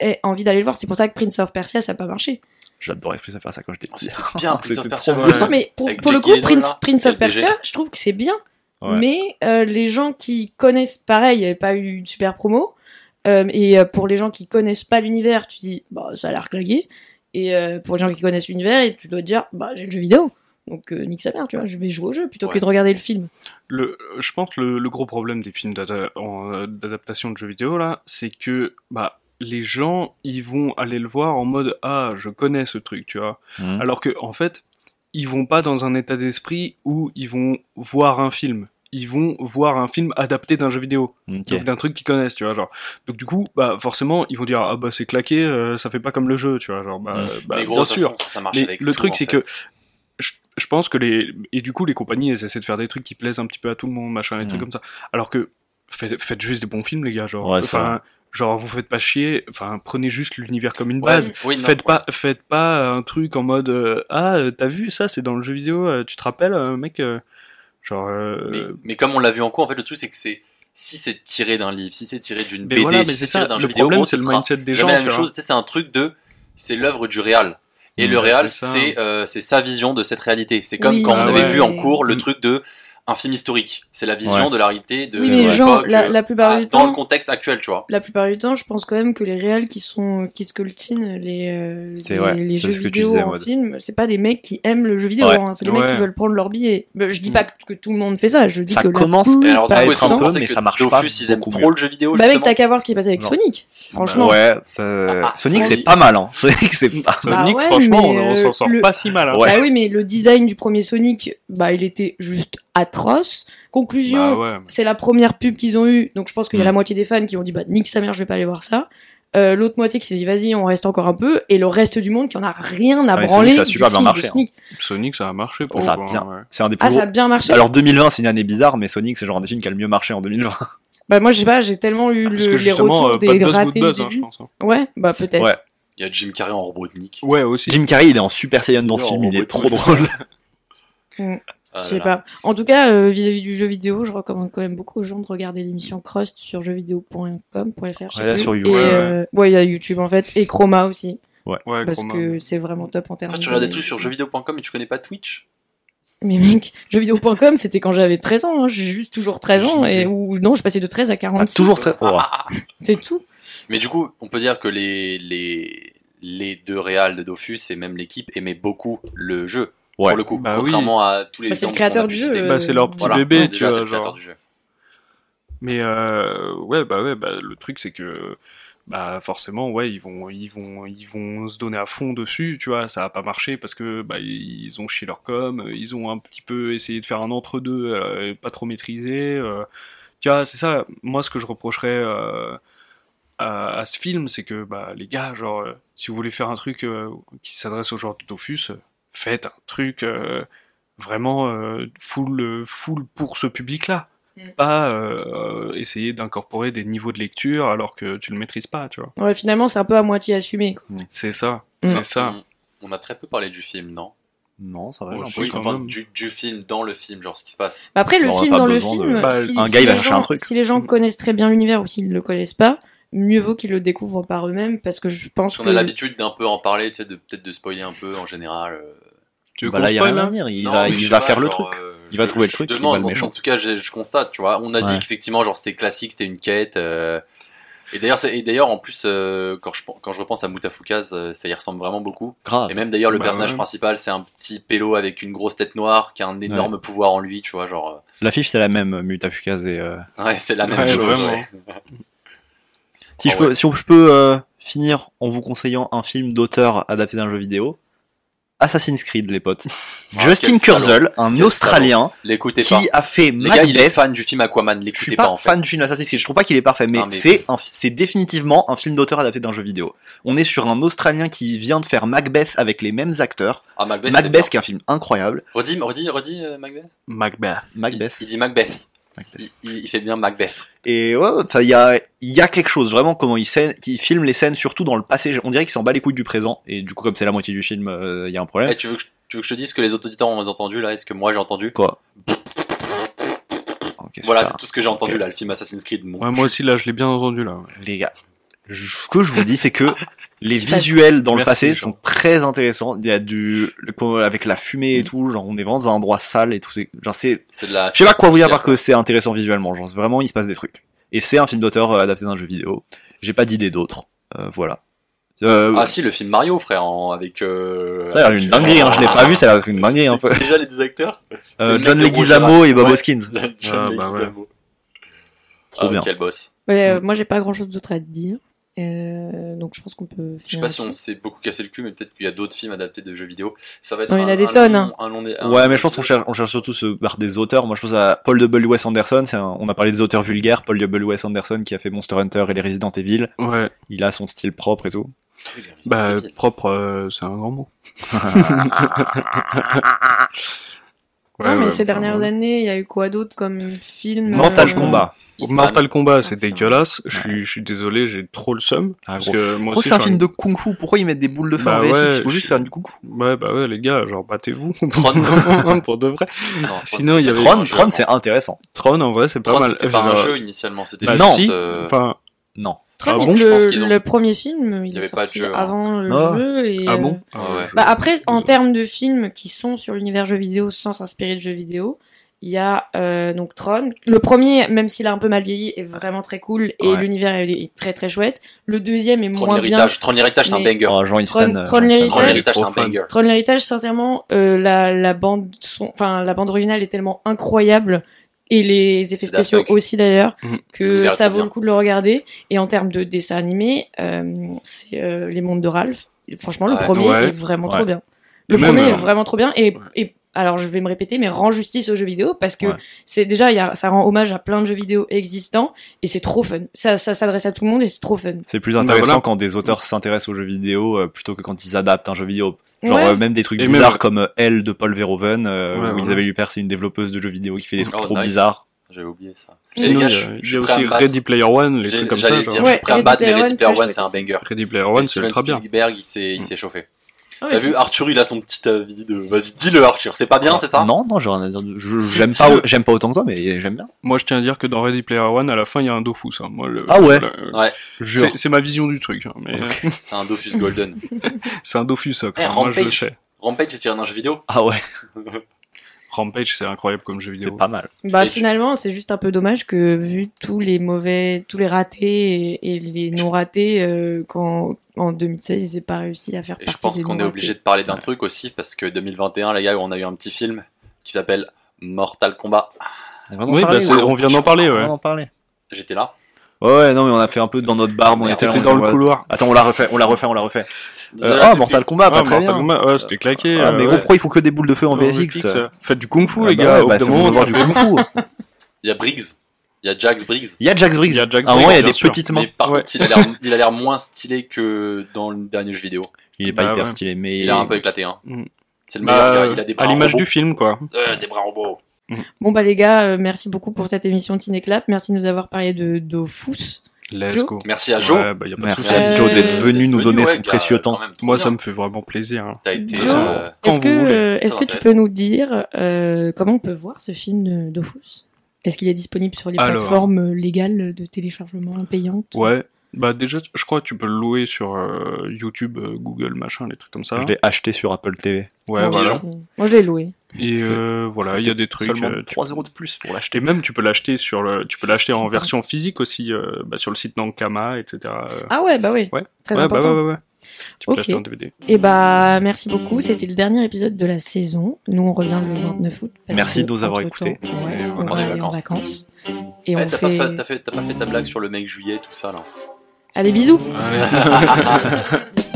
S4: aient envie d'aller le voir C'est pour ça que Prince of Persia, ça a pas marché.
S3: J'adorais Prince of Persia quand j'étais
S1: Oh,
S3: petit.
S1: C'était bien, Prince of
S3: C'était
S1: Persia.
S3: trop
S2: bien. Ouais.
S4: Non, mais pour,
S1: Avec
S4: pour le
S1: Jake
S4: coup,
S1: Gyllenhaal,
S4: Prince, Prince of
S1: quel DG.
S4: Persia, je trouve que c'est bien.
S3: Ouais.
S4: Mais euh, les gens qui connaissent, pareil, il n'y avait pas eu une super promo. Euh, et euh, pour les gens qui connaissent pas l'univers, tu dis, bah, ça a l'air clagué. Et euh, pour les gens qui connaissent l'univers, et tu dois te dire, bah, j'ai le jeu vidéo. Donc, euh, nique sa mère, tu vois, je vais jouer au jeu plutôt
S1: Ouais.
S4: que de regarder le film.
S2: Le, je pense que le, le gros problème des films d'ada- en, euh, d'adaptation de jeux vidéo là, c'est que bah les gens ils vont aller le voir en mode ah je connais ce truc tu vois,
S3: Mhm.
S2: alors que en fait ils vont pas dans un état d'esprit où ils vont voir un film, ils vont voir un film adapté d'un jeu vidéo.
S3: Ok.
S2: Donc d'un truc qu'ils connaissent, tu vois, genre. Donc du coup, bah forcément, ils vont dire ah bah c'est claqué, euh, ça fait pas comme le jeu, tu vois, genre bah,
S3: Mm.
S2: euh, bah,
S1: mais gros,
S2: bien
S1: de toute
S2: sûr.
S1: façon, ça, ça marche
S2: Mais
S1: avec
S2: le
S1: tout,
S2: truc,
S1: en
S2: c'est
S1: fait.
S2: Je, je pense que les et du coup les compagnies elles essaient de faire des trucs qui plaisent un petit peu à tout le monde, machin, des
S3: Mm.
S2: trucs comme ça. Alors que faites, faites juste des bons films les gars, genre.
S3: Ouais, c'est
S2: enfin, Genre, vous faites pas chier, enfin, prenez juste l'univers comme une
S1: Ouais,
S2: base.
S1: oui, non,
S2: faites
S1: ouais.
S2: pas, faites pas un truc en mode euh, ah euh, t'as vu ça c'est dans le jeu vidéo euh, tu te rappelles euh, mec euh, genre euh,
S1: Mais, mais comme on l'a vu en cours, en fait, le truc c'est que c'est si c'est tiré d'un livre, si c'est tiré d'une
S2: mais
S1: BD,
S2: ben voilà mais
S1: si
S2: c'est
S1: c'est tiré
S2: ça
S1: d'un
S2: le
S1: jeu vidéo,
S2: problème
S1: gros,
S2: c'est
S1: ce
S2: le
S1: sera
S2: mindset des gens
S1: jamais la
S2: tu
S1: même
S2: vois.
S1: chose. Tu sais, C'est un truc de, c'est l'œuvre du réal. Et
S2: Mm,
S3: Mmh,
S1: le réal,
S2: c'est ça.
S1: c'est euh, c'est sa vision de cette réalité. C'est comme
S4: Oui.
S1: quand
S2: Ah
S1: on avait
S2: ouais.
S1: vu en cours le
S2: Mm.
S1: truc de un film historique. C'est la vision
S3: Mmh. Ouais.
S1: de la réalité de
S4: oui, mais
S1: l'époque,
S4: genre, la,
S1: euh,
S4: la plupart
S1: à-
S4: du
S1: dans
S4: temps,
S1: le contexte actuel, tu vois.
S4: la plupart du temps, je pense quand même que les réels qui sont qui sculptinent les euh,
S3: C'est
S4: les,
S3: vrai,
S4: les
S3: c'est
S4: jeux
S3: ce que tu
S4: vidéo
S3: disais,
S4: en
S3: Maud.
S4: film, c'est pas des mecs qui aiment le jeu vidéo,
S3: Ouais. Mm.
S4: hein, c'est des
S2: Ouais.
S4: mecs qui veulent prendre leur billet. Ben, je dis pas que tout le monde fait ça, je dis
S3: Ça
S4: que la
S3: commence
S1: Et alors, du
S3: Bah,
S1: coup,
S4: plupart
S1: est-ce
S3: un
S1: que vous
S3: peu,
S1: pensez
S3: mais
S1: que
S3: ça marche
S1: Dofus,
S3: pas
S1: ils aiment
S3: beaucoup
S1: trop le jeu vidéo
S4: Bah mec,
S1: justement
S4: t'as qu'à voir ce qui s'est passé avec
S3: Non.
S4: Sonic. Franchement,
S3: Ouais, euh,
S1: Ah, ah,
S3: Sonic
S1: Sonic.
S3: c'est pas mal, hein. Sonic c'est pas.
S2: Sonic
S4: Bah ouais,
S2: franchement
S4: mais,
S2: on, on
S4: euh,
S2: s'en sort
S4: le-
S2: pas si mal hein.
S3: Ouais.
S4: bah oui, mais le design du premier Sonic, bah il était juste atroce. Conclusion,
S2: Bah ouais, mais-
S4: c'est la première pub qu'ils ont eue, donc je pense qu'il y a
S3: Mm.
S4: la moitié des fans qui ont dit bah nique sa mère, je vais pas aller voir ça. Euh, L'autre moitié qui s'est dit vas-y, on reste encore un peu, et le reste du monde qui en a rien à
S3: Ouais, Ah, Sonic,
S4: branler.
S3: ça a
S4: du
S3: super bien
S4: film de
S3: marché, hein.
S4: Sonic.
S2: Sonic ça a marché pour
S3: Ça a
S2: le coup,
S3: bien-
S2: hein, ouais.
S3: C'est un des plus
S4: Ah,
S3: gros.
S4: ça a bien marché.
S3: Alors 2020 c'est une année bizarre, mais Sonic c'est le genre un des films qui a le mieux marché en 2020.
S4: Bah moi je sais pas, j'ai tellement eu
S2: parce
S4: le-
S2: que
S4: les
S2: justement
S4: retours
S2: euh,
S4: des
S2: bad buzz good
S4: ratés.
S2: buzz
S4: du
S2: hein, je
S4: début.
S2: pense hein.
S4: Ouais, bah peut-être.
S3: Ouais.
S1: Il y a Jim Carrey en Robotnik.
S2: ouais aussi
S3: Jim Carrey il est en super Saiyan dans ce
S1: Non,
S3: film, il
S1: ouais,
S3: est trop
S1: ouais.
S3: drôle.
S1: Ah
S4: Je
S1: là
S4: sais
S1: là.
S4: pas. En tout cas, euh, vis-à-vis du jeu vidéo, je recommande quand même beaucoup aux gens de regarder l'émission Crust sur jeuxvideo.com.fr. je sais
S3: Ouais, là,
S4: plus.
S3: sur
S4: Et,
S3: YouTube,
S4: euh, ouais, il y a YouTube en fait, et Chroma aussi,
S2: ouais
S4: parce
S2: Chroma.
S4: que c'est vraiment top en termes.
S1: Toi, tu regardes des
S4: de-
S1: trucs sur jeuxvideo.com et tu connais pas Twitch
S4: Mais mec, jeuxvideo.com, c'était quand j'avais 13 ans. hein. J'ai juste toujours 13 ans, et ou non, je passais de 13 à
S3: Ah,
S4: 46.
S3: toujours très. Oh,
S4: C'est tout.
S1: Mais du coup, on peut dire que les, les, les deux réals de Dofus et même l'équipe aimaient beaucoup le jeu.
S3: Ouais.
S1: Pour le coup,
S2: Bah oui.
S1: contrairement à tous les
S4: Bah, c'est le
S1: exemples
S4: créateur
S1: qu'on a pu
S4: du jeu,
S1: citer.
S4: euh,
S2: bah c'est leur petit
S1: Voilà,
S2: bébé tu
S1: déjà, c'est
S2: vois
S1: le créateur
S2: genre
S1: du jeu.
S2: Mais euh, ouais, bah ouais, bah le truc c'est que bah forcément ouais ils vont ils vont ils vont se donner à fond dessus tu vois ça a pas marché parce que bah ils ont chié leur com euh, ils ont un petit peu essayé de faire un entre deux pas trop maîtrisé euh. tu vois c'est ça moi ce que je reprocherais euh, à, à ce film c'est que bah les gars genre euh, si vous voulez faire un truc euh, qui s'adresse aux joueurs de Dofus euh, faites un truc euh, vraiment euh, full euh, full pour ce public là pas euh, euh, essayer d'incorporer des niveaux de lecture alors que tu le maîtrises pas, tu vois.
S4: Ouais, finalement, c'est un peu à moitié assumé. quoi.
S2: C'est ça,
S4: Mm.
S2: c'est ça.
S1: On, on a très peu parlé du film, non
S3: Non, ça va.
S2: Oh,
S3: j'ai
S2: si,
S3: l'impression.
S1: Oui,
S2: quand
S1: enfin,
S2: même.
S1: du, du film dans le film, genre ce qui se passe.
S4: Bah Après, le
S3: On a
S4: film
S3: pas
S4: dans le
S3: besoin de-
S4: film,
S2: Bah,
S4: si,
S3: un
S4: si
S3: gars, il va
S4: les
S3: chercher
S4: gens,
S3: un truc.
S4: si les gens connaissent très bien l'univers ou s'ils ne le connaissent pas, mieux vaut qu'ils le découvrent par eux-mêmes parce que je pense
S1: Parce qu'on
S4: que.
S1: a l'habitude d'un peu en parler, tu sais, de peut-être de spoiler un peu en général. euh.
S2: Tu veux
S3: Bah
S2: qu'on
S3: là, il y a
S2: spoil,
S3: rien à
S2: hein
S3: dire. Il
S1: Non,
S3: va,
S1: mais je
S3: il
S1: sais
S3: va
S1: pas,
S3: faire le
S1: genre,
S3: truc.
S1: euh,
S3: Il va
S1: je-
S3: trouver le
S1: je
S3: truc, il
S1: demande,
S3: va le
S1: en-
S3: méchant.
S1: En tout cas, je, je constate, tu vois. On a dit
S3: Ouais.
S1: qu'effectivement, genre, c'était classique, c'était une quête. euh, Et d'ailleurs, c'est- et d'ailleurs, en plus, euh, quand, je, pen- quand je repense à Mutafukaz, euh, ça y ressemble vraiment beaucoup.
S3: Grave.
S1: Et même d'ailleurs, le
S2: Bah
S1: personnage
S2: ouais.
S1: principal, c'est un petit pélo avec une grosse tête noire qui a un énorme pouvoir en lui, tu vois. Genre,
S3: L'affiche, c'est la même, euh, Mutafukaz et. euh,
S1: euh, ouais, c'est la même
S2: Ouais,
S1: chose.
S2: vraiment.
S1: ouais.
S3: Si,
S1: Ah
S3: je peux, si on- je peux euh, finir en vous conseillant un film d'auteur adapté d'un jeu vidéo, Assassin's Creed, les potes.
S1: Ah,
S3: Justin
S1: quel salaud.
S3: Kurzel, un
S1: Quel
S3: Australien
S1: L'écoutez pas.
S3: qui a fait
S1: Les gars, il est
S3: Macbeth.
S1: fan du film Aquaman,
S3: Je suis
S1: l'écoutez
S3: pas,
S1: pas, en fait.
S3: fan du film Assassin's Creed, je trouve pas qu'il est parfait, mais,
S1: Ah, mais-
S3: c'est un- c'est définitivement un film d'auteur adapté d'un jeu vidéo. On est sur un Australien qui vient de faire Macbeth avec les mêmes acteurs.
S1: Ah, Macbeth. c'était
S3: Macbeth, qui
S1: bien.
S3: est un film incroyable.
S1: Redis, redis, redis, euh, Macbeth.
S2: Macbeth.
S3: Macbeth.
S1: Il, il dit Macbeth.
S3: Macbeth.
S1: Il, il- il fait bien Macbeth.
S3: Et ouais, ouais, enfin, il y a, il y a quelque chose vraiment comment il, scène, il filme les scènes, surtout dans le passé. On dirait qu'il s'en bat les couilles du présent. Et du coup, comme c'est la moitié du film, euh, il y a un problème.
S1: Eh, tu, veux que je, tu veux que je te dise ce que les autres auditeurs ont entendu là et ce que moi j'ai entendu
S3: Quoi Ok,
S1: Voilà, c'est
S3: super.
S1: tout ce que j'ai entendu
S3: Ok.
S1: là, le film Assassin's Creed. Mon
S2: Ouais, moi aussi là, je l'ai bien entendu là. ouais.
S3: Les gars, je- ce que je vous dis, c'est que les
S4: Je sais pas.
S3: visuels dans le
S2: Merci,
S3: passé
S2: Jean.
S3: sont très intéressants. Il y a du. le- avec la fumée et
S1: Mm.
S3: tout, genre on est vraiment dans un endroit sale et tout. c'est- Genre, c'est.
S1: C'est de la.
S3: Je sais pas quoi vous dire
S1: c'est-
S3: par que c'est intéressant visuellement. Genre, c'est vraiment, il se passe des trucs. Et c'est un film d'auteur euh, adapté d'un jeu vidéo. J'ai pas d'idée d'autre. Euh, voilà. Euh,
S1: Ah si, le film Mario, frère, en- avec. euh,
S3: ça a l'air
S1: avec,
S3: d'une
S1: euh,
S3: dinguerie, hein, je l'ai pas vu, ça a l'air d'une dinguerie un peu.
S1: C'est Déjà les deux acteurs.
S3: Euh,
S1: C'est le mec
S3: John
S1: de
S3: Leguizamo
S1: Roger
S3: et Bob
S1: Rabbit.
S3: Hoskins.
S1: Ouais,
S2: Ah,
S1: John
S2: bah ouais.
S1: Leguizamo.
S3: Trop
S1: Ah,
S3: bien.
S1: Quel boss.
S4: Ouais, euh, Moi, j'ai pas grand chose d'autre à te dire. Euh, donc, je pense qu'on peut.
S1: Je sais
S4: finir
S1: pas si on
S4: là-dessus.
S1: s'est beaucoup cassé le cul, mais peut-être qu'il y a d'autres films adaptés de jeux vidéo. Ça va être
S4: Non, il y
S1: un,
S4: en a des
S1: un
S4: tonnes,
S1: long-
S4: hein.
S1: un long- un-
S3: Ouais, mais je pense qu'on cherche, on cherche surtout ce, par des auteurs. Moi, je pense à Paul W.S. Anderson. c'est un- on a parlé des auteurs vulgaires. Paul W.S. Anderson qui a fait Monster Hunter et les Resident Evil.
S2: Ouais,
S3: Il a son style propre et tout.
S2: bah
S1: Resident Evil.
S2: propre, euh, c'est un grand mot. Ouais,
S4: non, mais
S2: ouais,
S4: ces
S2: enfin,
S4: dernières
S2: ouais.
S4: années, il y a eu quoi d'autre comme film
S3: Mental
S4: euh,
S1: Ah
S3: Combat.
S1: Hitman.
S2: Mortal Kombat, c'est
S3: Putain.
S2: dégueulasse. Je suis, je suis désolé, j'ai trop le seum.
S3: Ah,
S2: parce
S3: gros.
S2: que moi
S3: Pourquoi
S2: aussi,
S3: c'est un
S2: je suis
S3: film de kung fu Pourquoi ils mettent des boules de feu
S2: Bah
S3: en VFX
S2: ouais,
S3: Il faut juste
S2: je-
S3: faire du kung fu.
S2: Ouais, bah ouais, les gars, genre battez-vous
S1: Tron.
S2: pour de vrai.
S1: Non, Tron,
S2: Sinon,
S1: c'était
S2: il y
S1: pas
S2: avait-
S1: un
S3: Tron,
S1: jeu,
S3: Tron,
S1: non.
S3: c'est intéressant.
S2: Tron, en vrai, c'est pas
S1: Tron,
S2: mal.
S1: C'était pas un
S2: Genre,
S1: jeu initialement, c'était
S2: bah
S1: juste.
S3: non.
S2: si,
S1: euh,
S2: enfin,
S3: Non.
S2: Ah
S4: mais
S2: bon,
S1: je pense
S4: le,
S1: qu'ils ont-
S4: le premier film, il
S1: avait
S4: est
S1: pas de
S4: sorti
S1: jeu, hein.
S4: avant le
S3: Ah.
S4: jeu. Et,
S2: ah
S4: euh,
S2: bon
S1: ouais, ouais.
S4: bah après, en termes de films qui sont sur l'univers jeux vidéo sans s'inspirer de jeux vidéo, il y a euh, donc Tron. Le premier, même s'il a un peu mal vieilli, est vraiment très cool et
S3: Ouais.
S4: l'univers est, est très très chouette. Le deuxième est
S1: Tron
S4: moins bien.
S1: l'héritage, Tron l'héritage, c'est un
S4: mais-
S1: banger.
S3: Oh, Jean
S4: Tron-
S3: Huston, euh,
S4: Tron
S3: Jean
S4: l'héritage.
S1: Tron
S3: Huston.
S2: l'héritage,
S1: l'héritage, c'est un
S2: trop fan.
S1: banger.
S4: Tron l'héritage, sincèrement, euh, la, la bande son, enfin la bande originale est tellement incroyable et les effets
S1: C'est Daft
S4: spéciaux
S1: Punk.
S4: aussi d'ailleurs
S2: Mhm.
S4: que
S1: L'univers est
S4: ça
S1: très
S4: vaut le
S1: bien.
S4: coup de le regarder. Et en termes de dessin animé, euh, c'est euh, les mondes de Ralph. Et Franchement, le
S1: Ouais.
S4: premier
S2: Ouais.
S4: est vraiment
S3: Ouais.
S4: trop bien. Le
S2: Même,
S4: premier est
S2: euh,
S4: vraiment trop bien et,
S2: Ouais.
S4: et alors je vais me répéter, mais rend justice aux jeux vidéo parce que
S3: Ouais.
S4: c'est déjà il y a, ça rend hommage à plein de jeux vidéo existants et c'est trop fun. Ça, ça s'adresse à tout le monde et c'est trop fun.
S3: C'est plus
S2: Bah
S3: intéressant
S2: voilà.
S3: quand des auteurs s'intéressent aux jeux vidéo euh, plutôt que quand ils adaptent un jeu vidéo. Genre
S4: Ouais.
S3: euh, même des trucs
S2: Et même-
S3: bizarres comme euh, Elle de Paul Verhoeven, euh,
S2: Ouais,
S3: où
S2: voilà.
S3: Isabelle Huppert c'est une développeuse de jeux vidéo qui fait des
S1: Oh,
S3: trucs trop
S1: nice.
S3: bizarres.
S1: J'avais oublié ça.
S4: Sinon,
S1: Et les
S2: il y
S1: gars,
S2: a,
S1: je- je
S2: il
S1: suis
S2: y a
S1: prêt à
S2: aussi
S1: me battre.
S2: Ready Player One, les trucs
S1: J'ai-
S2: comme ça.
S1: J'allais
S2: genre.
S1: dire, je
S4: Ouais,
S1: suis prêt à me
S4: Ready
S1: battre, mais
S4: Player
S1: Ready
S4: One,
S1: Player
S4: très
S1: One, c'est un
S4: chouette
S1: banger.
S2: Ready Player One,
S1: Et
S2: c'est
S1: Steven
S2: très bien.
S1: Spielberg, il s'est il s'est chauffé.
S4: Ah ouais,
S1: T'as vu, Arthur, il a son petit avis de. Vas-y, dis-le, Arthur, c'est pas bien, c'est ça
S3: Non, non, j'ai rien à dire de- je-
S1: Si,
S3: J'aime
S1: si
S3: pas,
S1: le-
S3: j'aime pas autant que toi, mais j'aime bien.
S2: Moi, je tiens à dire que dans Ready Player One, à la fin, il y a un Dofus. hein. Moi, le-
S3: Ah ouais.
S2: le-
S1: Ouais,
S3: Jure.
S2: c'est c'est ma vision du truc. hein, mais euh,
S1: c'est un Dofus Golden.
S2: c'est un Dofus, ça, quand
S1: Eh,
S2: même, moi, je le
S1: Rampage.
S2: sais.
S1: Rampage, c'est tiré d'un jeu vidéo.
S3: Ah ouais,
S2: Rampage, c'est incroyable comme jeu
S3: c'est
S2: vidéo.
S3: pas mal.
S4: Bah
S1: Et tu-
S4: finalement, c'est juste un peu dommage que vu tous les mauvais, tous les ratés et, et les non ratés, euh, quand en 2016 ils n'ont pas réussi à faire
S1: Et je
S4: partie
S1: pense
S4: des
S1: qu'on est
S4: non-ratés.
S1: obligé de parler d'un truc aussi, parce que 2021, les gars, on a eu un petit film qui s'appelle Mortal Kombat.
S2: Oui, bah, c'est- on vient d'en parler, ouais.
S3: On en parler.
S1: J'étais là.
S3: Ouais, non, mais on a fait un peu dans notre barbe, on
S1: Ouais,
S3: était là,
S2: T'étais
S3: on
S2: dans
S3: était-
S2: le couloir.
S3: Attends, on la refait, on la refait, on la refait. Euh,
S1: Désolé,
S3: oh, Mortal Kombat, pas
S2: Ah,
S3: très
S2: Mortal
S3: bien.
S2: Kombat, ouais, c'était claqué.
S3: Ah,
S2: euh,
S3: mais
S2: ouais.
S3: gros, pourquoi il faut que des boules de feu en
S2: En
S3: VFX
S2: euh, Faites du kung fu,
S3: Ah
S2: les
S3: bah
S2: gars.
S3: ouais,
S2: au bout
S3: bah,
S2: d'un
S3: faut
S2: moment,
S3: voir du kung fu.
S1: Il y a Briggs. Il y a Jax Briggs.
S3: Il y a Jax Briggs.
S2: Il y a Jack
S3: à un moment, Ah, il y a
S2: Briggs,
S3: des
S2: bien sûr.
S3: petites mains.
S1: Mais par
S2: Ouais.
S1: contre, il a l'air- il a l'air moins stylé que dans le dernier jeu vidéo.
S3: Il est pas
S2: Bah,
S3: hyper
S2: ouais.
S3: stylé, mais
S1: Il a un peu éclaté, hein.
S2: Mm.
S1: C'est le meilleur
S2: Bah,
S1: gars. Il a des bras
S2: à l'image
S1: robots.
S2: du film, quoi.
S1: Euh, des bras robots.
S4: Bon bah les gars, euh, merci beaucoup pour cette émission Tineclap. Merci de nous avoir parlé de Dofus.
S2: Let's
S4: Joe.
S2: go.
S1: Merci à Joe.
S2: Ouais, bah, y a pas de
S3: Merci
S2: souci.
S4: Euh,
S3: Joe d'être venu nous
S1: Venu,
S3: donner
S1: ouais,
S3: son
S1: gars,
S3: précieux
S1: quand
S3: temps.
S1: même, trop
S2: Moi,
S1: bien.
S2: ça me fait vraiment plaisir. hein.
S1: T'as été.
S4: Joe.
S1: euh,
S2: Quand
S4: Est-ce que,
S2: vous voulez.
S4: euh, est-ce
S1: Ça
S4: que tu
S1: m'intéresse.
S4: peux nous dire euh, comment on peut voir ce film de Dofus Est-ce qu'il est disponible sur les
S2: Alors.
S4: plateformes légales de téléchargement payantes
S2: Ouais. Bah déjà, je crois que tu peux le louer sur euh, YouTube, euh, Google, machin, les trucs comme ça.
S3: Je l'ai acheté sur Apple TV.
S2: Ouais,
S4: Moi,
S2: voilà.
S4: je- euh, Moi je l'ai loué.
S2: Et euh, voilà, il y a des trucs.
S3: Seulement
S2: euh, tu-
S3: 3 euros de plus pour l'acheter.
S2: Et même, tu peux l'acheter sur le, tu peux l'acheter
S4: Je
S2: en
S4: pense.
S2: version physique aussi, euh, bah, sur le site Nankama, etc. euh,
S4: Ah ouais bah oui.
S2: Ouais.
S4: Très
S2: ouais, bah,
S4: important.
S2: ouais, ouais, ouais. Tu peux
S4: Ok.
S2: l'acheter en DVD.
S4: Et bah merci beaucoup, c'était le dernier épisode de la saison. Nous on revient le 29 août. parce
S3: Merci
S4: que,
S3: de nous avoir
S4: entre-temps,
S3: écoutés.
S4: ouais,
S3: Et
S4: on
S3: voilà.
S4: va
S1: On est
S4: aller en vacances. Et
S1: eh,
S4: on
S1: t'as pas
S4: fait...
S1: fait- t'as fait- t'as pas fait ta blague sur le mec juillet, tout ça là.
S4: Allez bisous
S1: Ah.